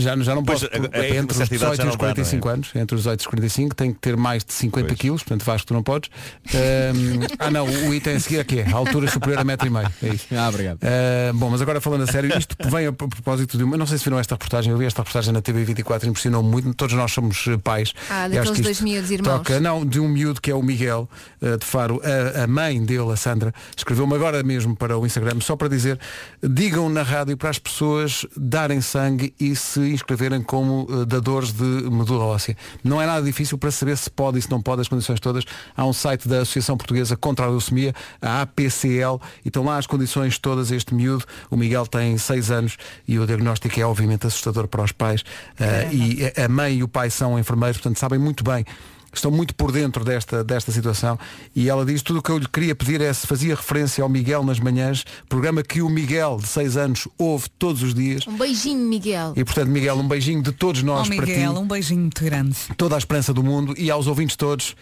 já não já, não Pois, posso, é agora, a partir de uma entre os certa idade 18 já e não os dá, não é? 45 anos, entre os 18 e os 45 tem que ter mais de 50 quilos, portanto Vasco tu não podes. Ahm, ah não, o item a seguir é que é, a altura superior a metro e meio. É isso. Ah, obrigado. Uh, bom, mas agora falando a sério, isto vem a propósito de uma. Não sei se viram esta reportagem, eu li esta reportagem na TV24, impressionou muito. Todos nós somos eh, pais. Ah, E daqueles acho que dois isto miúdos irmãos. Toca, não, de um miúdo que é o Miguel eh, de Faro, a, a mãe dele, a Sandra, escreveu-me agora mesmo para o Instagram, só para dizer: digam na rádio para as pessoas darem sangue e se inscreverem como eh, dadores de medula óssea. Não é nada difícil para saber se pode e se não pode, as condições todas. Há um site da Associação Portuguesa contra a Leucemia, a APCL, e estão lá as condições todas. Este miúdo, o Miguel tem 6 anos e o diagnóstico é obviamente assustador para os pais. Eh, e a- a mãe e o pai são enfermeiros, portanto sabem muito bem estão muito por dentro desta, desta situação e ela diz tudo o que eu lhe queria pedir é se fazia referência ao Miguel nas manhãs programa que o Miguel de 6 anos ouve todos os dias Um beijinho, Miguel. e portanto Miguel um beijinho de todos Oh, nós para ti Miguel, um beijinho muito grande. toda a esperança do mundo e aos ouvintes todos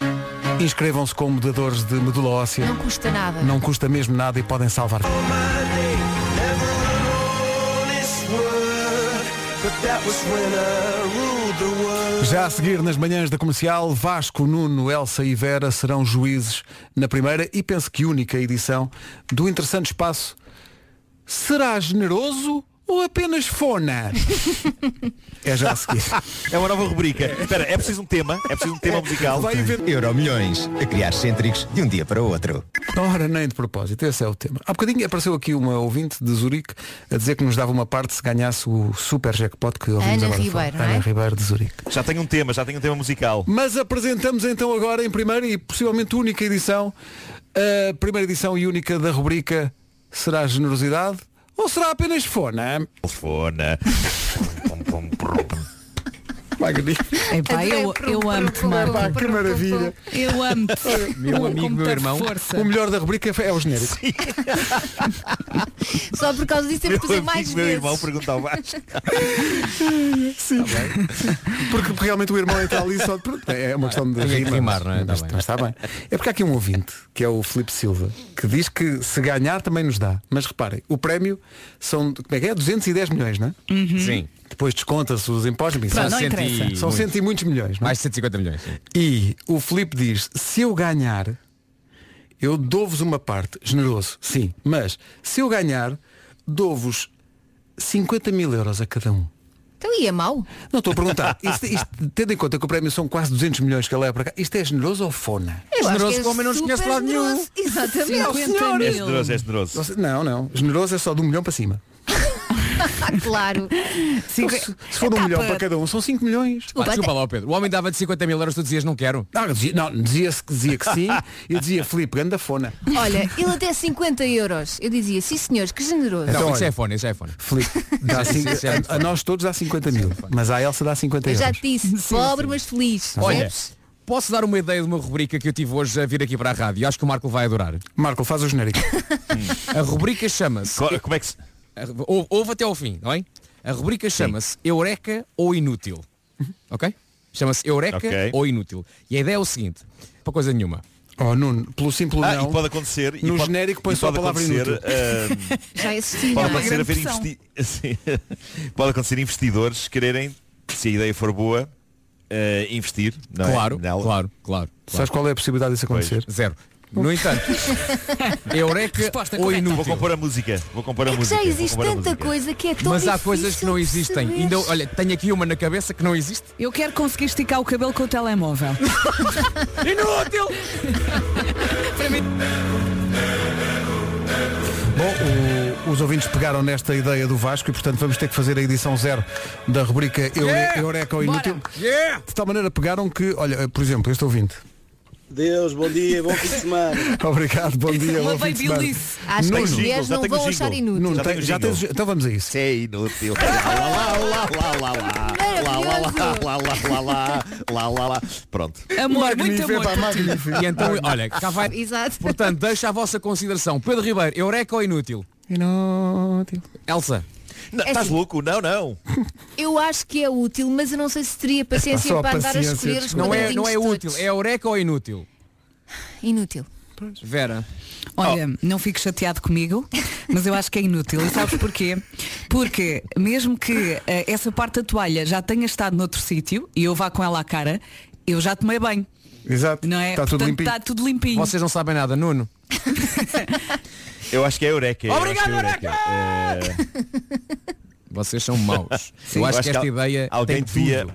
inscrevam-se como dadores de medula óssea Não custa nada. não custa mesmo nada e podem salvar Já a seguir, nas manhãs da comercial, Vasco, Nuno, Elsa e Vera serão juízes na primeira e penso que única edição do interessante espaço Será generoso ou apenas fona? É já a seguir. É uma nova rubrica. Espera, é preciso um tema, é preciso um tema musical. Vai haver- Euro milhões a criar cêntricos de um dia para o outro. Ora, nem de propósito, esse é o tema. Há bocadinho apareceu aqui uma ouvinte de Zurique a dizer que nos dava uma parte se ganhasse o super jackpot que ouvimos Ana agora. Ribeiro, não Ana é? Ribeiro de Zurique. Já tenho um tema, já tenho um tema musical. Mas apresentamos então agora em primeira e possivelmente única edição, a primeira edição e única da rubrica Será Generosidade ou será apenas fona? Telefona. Magnífico. Epá, eu, um eu amo-te, Marco. Epá, que maravilha. Eu amo-te. Meu Com- amigo, com meu muita irmão. Força. O melhor da rubrica é o genérico. Só por causa disso temos que fazer Meu mais amigo, meu vezes. irmão pergunta ao Vasco. Sim. Porque realmente o irmão está ali só de... É uma questão de Tinha que rima, rimar, não é? Tá Mas, bem. mas está bem. É porque há aqui um ouvinte, que é o Filipe Silva, que diz que se ganhar também nos dá. Mas reparem, o prémio são, como é que é? 210 milhões, não Hum. é? Sim. Depois desconta-se os impostos, mas São são Uhum. não cento e- interessa. São cento e muitos milhões, não é? Mais de 150 milhões. sim. E o Filipe diz, se eu ganhar, eu dou-vos uma parte, generoso, sim, mas se eu ganhar, dou-vos 50 mil euros a cada um. Então ia mal. Não estou a perguntar, isto, isto, tendo em conta que o prémio são quase 200 milhões que ele leva para cá, isto é generoso ou fona? Eu acho generoso que é como eu não nos super conheço de lado nenhum. generoso. Exatamente. Não, senhor. É generoso, é generoso. Você- Não, não, generoso é só de um milhão para cima. claro. Então, se, se for um milhão para cada um, são 5 milhões. Pá, desculpa lá, Pedro. O homem dava de 50 mil euros, tu dizias não quero. Não, dizia, não, dizia-se que dizia que sim, eu dizia Filipe, ganda fona. Olha, ele até 50 euros. Eu dizia, sim senhores, que generoso. Então, não, isso olha. é fone, isso é fone. Filipe, dá Sim, cinco- sim, sim. a, a nós todos dá 50 mil, mas à Elsa dá 50 Eu euros. já te disse, pobre mas feliz. Olha, percebes? Posso dar uma ideia de uma rubrica que eu tive hoje a vir aqui para a rádio? Acho que o Marco vai adorar. Marco, faz o genérico. a rubrica chama-se. Como é que se. Ouve, ouve até ao fim, não é? A rubrica chama-se Eureka ou Inútil. Ok? Chama-se Eureka Ok. ou Inútil. E a ideia é o seguinte, para coisa nenhuma. Oh, Nuno, pelo simples Ah, não, e pode acontecer. e no pode- genérico e põe só a pode palavra acontecer, inútil. ah, Já existia. Pode não é? acontecer, haver investi... assim, pode acontecer investidores quererem, se a ideia for boa, eh, investir. Não é? Claro, Nela. claro, claro. Sabes qual é a possibilidade disso acontecer? Zero. No entanto, Eureka Resposta ou correta. Inútil. Vou compor a música. Vou compor a É que música. já vou existe compor a tanta música. coisa que é tão Mas há difícil coisas que não existem. perceber. Ainda, olha, tenho aqui uma na cabeça que não existe. Eu quero conseguir esticar o cabelo com o telemóvel. Inútil! Para mim. Bom, o- os ouvintes pegaram nesta ideia do Vasco e portanto vamos ter que fazer a edição zero da rubrica Eure- É, Yeah! Eureka ou Bora! Inútil. De tal maneira pegaram que, olha, por exemplo, este ouvinte. Deus, bom dia, bom fim de semana. Obrigado, bom é dia. Uma bom fim de semana. babylice. Acho que Nuno. as mulheres Já não tenho vão o jingle. achar inútil. Nuno, Já tem- tenho o já jingle. tens- então vamos a isso. É inútil. Lá, lá, lá, lá, lá, lá, lá. Lá, lá, lá. Pronto. Amor, muito amor pá, por ti. magnífico. E então, olha, cá vai. Exato. Portanto, deixa a vossa consideração. Pedro Ribeiro, Eureka ou Inútil? Inútil. Elsa. É estás assim. louco? Não, não. Eu acho que é útil, mas eu não sei se teria paciência para andar a escolher os Não é, quadradinhos não é todos. útil, é eureka ou inútil? Inútil. Vera. Olha, não fico chateado comigo, mas eu acho que é inútil. E sabes porquê? Porque mesmo que eh, essa parte da toalha já tenha estado noutro sítio e eu vá com ela à cara, eu já tomei banho. Exato. Não é? Está Tá tudo Portanto, limpinho. Está tudo limpinho. Vocês não sabem nada, Nuno. Eu acho que é Eureka. eu acho que é Eureka. Eh, Vocês são maus. Sim. Eu eu acho acho que esta que al- ideia alguém tem devia- tudo.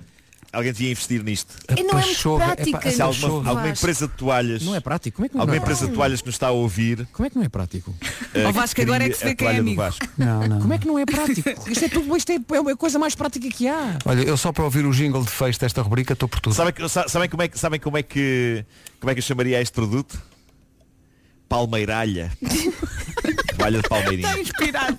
Alguém devia investir nisto. E não é muito Pachorra, é pá, prática, Se não é? alguma, alguma Vasco. empresa de toalhas. Não é prático. Como é que não Alguma é empresa prático? de toalhas que nos está a ouvir. Como é que não é prático? eh, Ó Vasco, agora é que se cria vê a quem é toalha do amigo. Vasco. Não, não. Como é que não é prático? Isto é tudo, isto é, é a coisa mais prática que há. Olha, eu só para ouvir o jingle de fecho desta rubrica estou por tudo. Sabem, que- sa- sabem como é que sabem como é que como é que eu chamaria este produto? Palmeiralha. Toalha de palmeirinha. inspirado.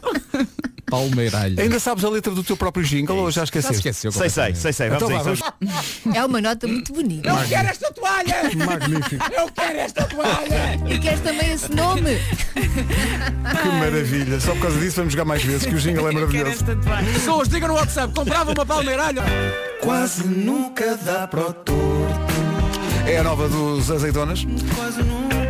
Palmeiralha. Ainda sabes a letra do teu próprio jingle ou já esqueceste? Sei, sei, sei, sei. Vamos Então a vá, isso. vamos- É uma nota muito bonita. Não quero esta toalha! Magnífico. Eu quero esta toalha! E queres também esse nome? Que maravilha. Só por causa disso vamos jogar mais vezes, que o jingle é maravilhoso. Pessoas, digam no WhatsApp, comprava uma palmeiralha. Quase nunca dá para o É a nova dos azeitonas.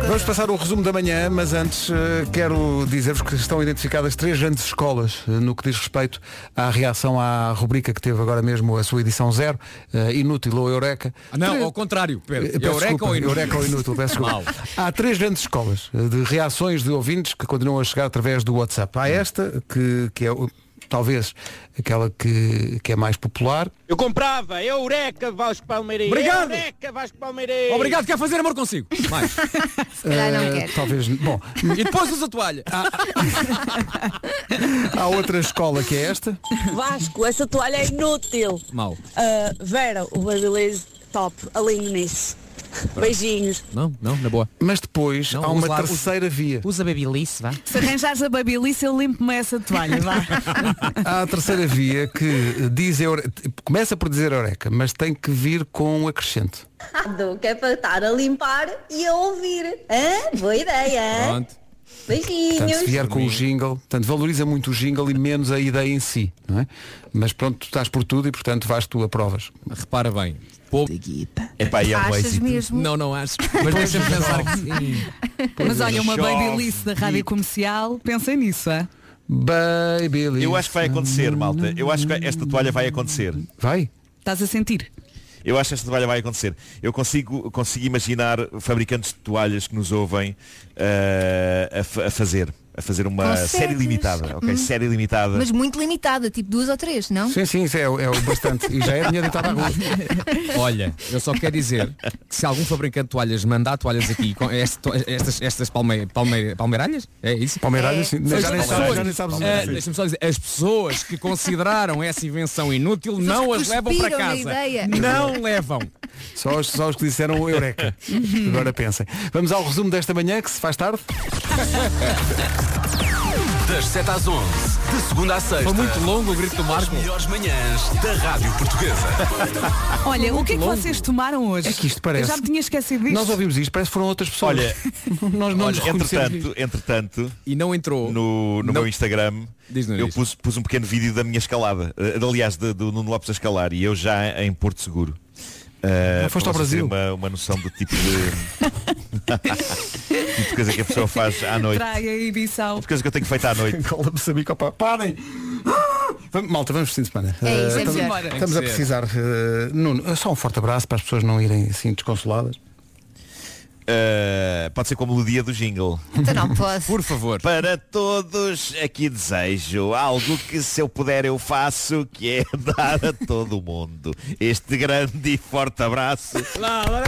Vamos passar o resumo da manhã, mas antes eh, quero dizer-vos que estão identificadas três grandes escolas eh, no que diz respeito à reação à rubrica que teve agora mesmo a sua edição zero, eh, Inútil ou Eureka. Ah, Não, Três- ao contrário, Pedro. Eh, peço Eureka desculpa, ou inútil? Eureka ou inútil, peço desculpa. Mal. Há três grandes escolas eh, de reações de ouvintes que continuam a chegar através do WhatsApp. Hum. Há esta, que, que é o- talvez aquela que, que é mais popular. Eu comprava, Eureka Vasco Palmeiras. Obrigado. Eureka Vasco Palmeiras. Obrigado, quer fazer amor consigo. Mais. Eh, Talvez. Bom, E depois usa a toalha. Ah, há outra escola que é esta. Vasco, essa toalha é inútil. Mal. Ah, Vera, o babyliss top, alinho nisso. Beijinhos. Não, não, na boa. Mas depois Não, há usa uma lá- terceira via. Usa babyliss, vá. Se arranjares a babylice, eu limpo-me essa toalha. Vá. Há a terceira via que eh, diz eure- começa por dizer Eureka, mas tem que vir com um acrescente. Que é para estar a limpar e a ouvir. Hã? Boa ideia, hã? Pronto. Portanto, se Beijinhos. vier com o jingle, portanto, valoriza muito o jingle e menos a ideia em si, não é? Mas pronto, tu estás por tudo e portanto vais tu a provas. Repara bem. Epá, e é um Achas êxito. mesmo? Não, não acho. Mas deixa-me pensar que sim. Mas olha, uma Chove, babylice da rádio comercial, pensem nisso, é? Baby Eu acho que vai acontecer, malta. Eu acho que esta toalha vai acontecer. Vai? Estás a sentir? Eu acho que esta toalha vai acontecer. Eu consigo, consigo imaginar fabricantes de toalhas que nos ouvem eh, a, fa- a fazer. A fazer uma Consegues? série limitada. Ok, Uhum. Hum. série limitada. Mas muito limitada, tipo duas ou três, não? Sim, sim, isso é, o- é o bastante. E já é dinheiro deitado à rua. Olha, eu só quero dizer que se algum fabricante de toalhas mandar toalhas aqui com este- to- estas, estas palme, palme- palmeiralhas, é isso? Palmeiralhas, É. sim. As Já nem sabes- pessoas- já nem sabes o que eh, é. Deixa-me só dizer, as pessoas que consideraram essa invenção inútil não as levam para cuspiram na casa. ideia. Não levam. Só os, só os que disseram Eureka. Uhum. Agora pensem. Vamos ao resumo desta manhã, que se faz tarde. Das 7 às 11, de segunda à sexta. Foi muito longo o grito do As Marco. melhores manhãs da Rádio Portuguesa. Olha, o que é que vocês tomaram hoje? É que isto parece- Eu já me tinha esquecido disto. Nós ouvimos isto, parece que foram outras pessoas. Olha, nós não Olha, nos reconhecemos. entretanto, entretanto, e Oh, não entrou no, no meu Instagram, eu pus, pus um pequeno vídeo da minha escalada, eh, aliás, de- do Nuno Lopes a escalar, e eu já em Porto Seguro. Eh, Ah, foste para ao vocês terem Brasil? Uma, uma noção do tipo de... tipo de coisa que a pessoa faz à noite. Praia e Bissau. Tipo de coisa que eu tenho feito à noite. Cola Moçambique, opa, parem! Ah! Vamos- Malta, vamos por fim de semana. É isso, Eh, é estamos, melhor. Tem que estamos a ser. precisar. eh, Nuno, só um forte abraço para as pessoas não irem assim desconsoladas. Uh, pode ser como melodia do jingle. Então não pode. Por favor. Para todos aqui desejo algo que se eu puder eu faço, que é dar a todo mundo este grande e forte abraço. Lá, lá,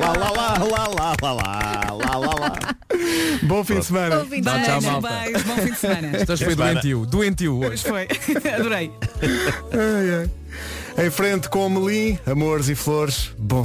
lá, lá, lá, lá, lá, lá, lá, lá, lá, lá. Bom fim de semana. Bom fim de Tchau, tchau, semana. malta. Beijos, bom fim de semana. Estás Então foi Semana. doentio, doentio Pois hoje. foi. Adorei. Ai, ai. Em frente com o Melim, amores e flores. Bom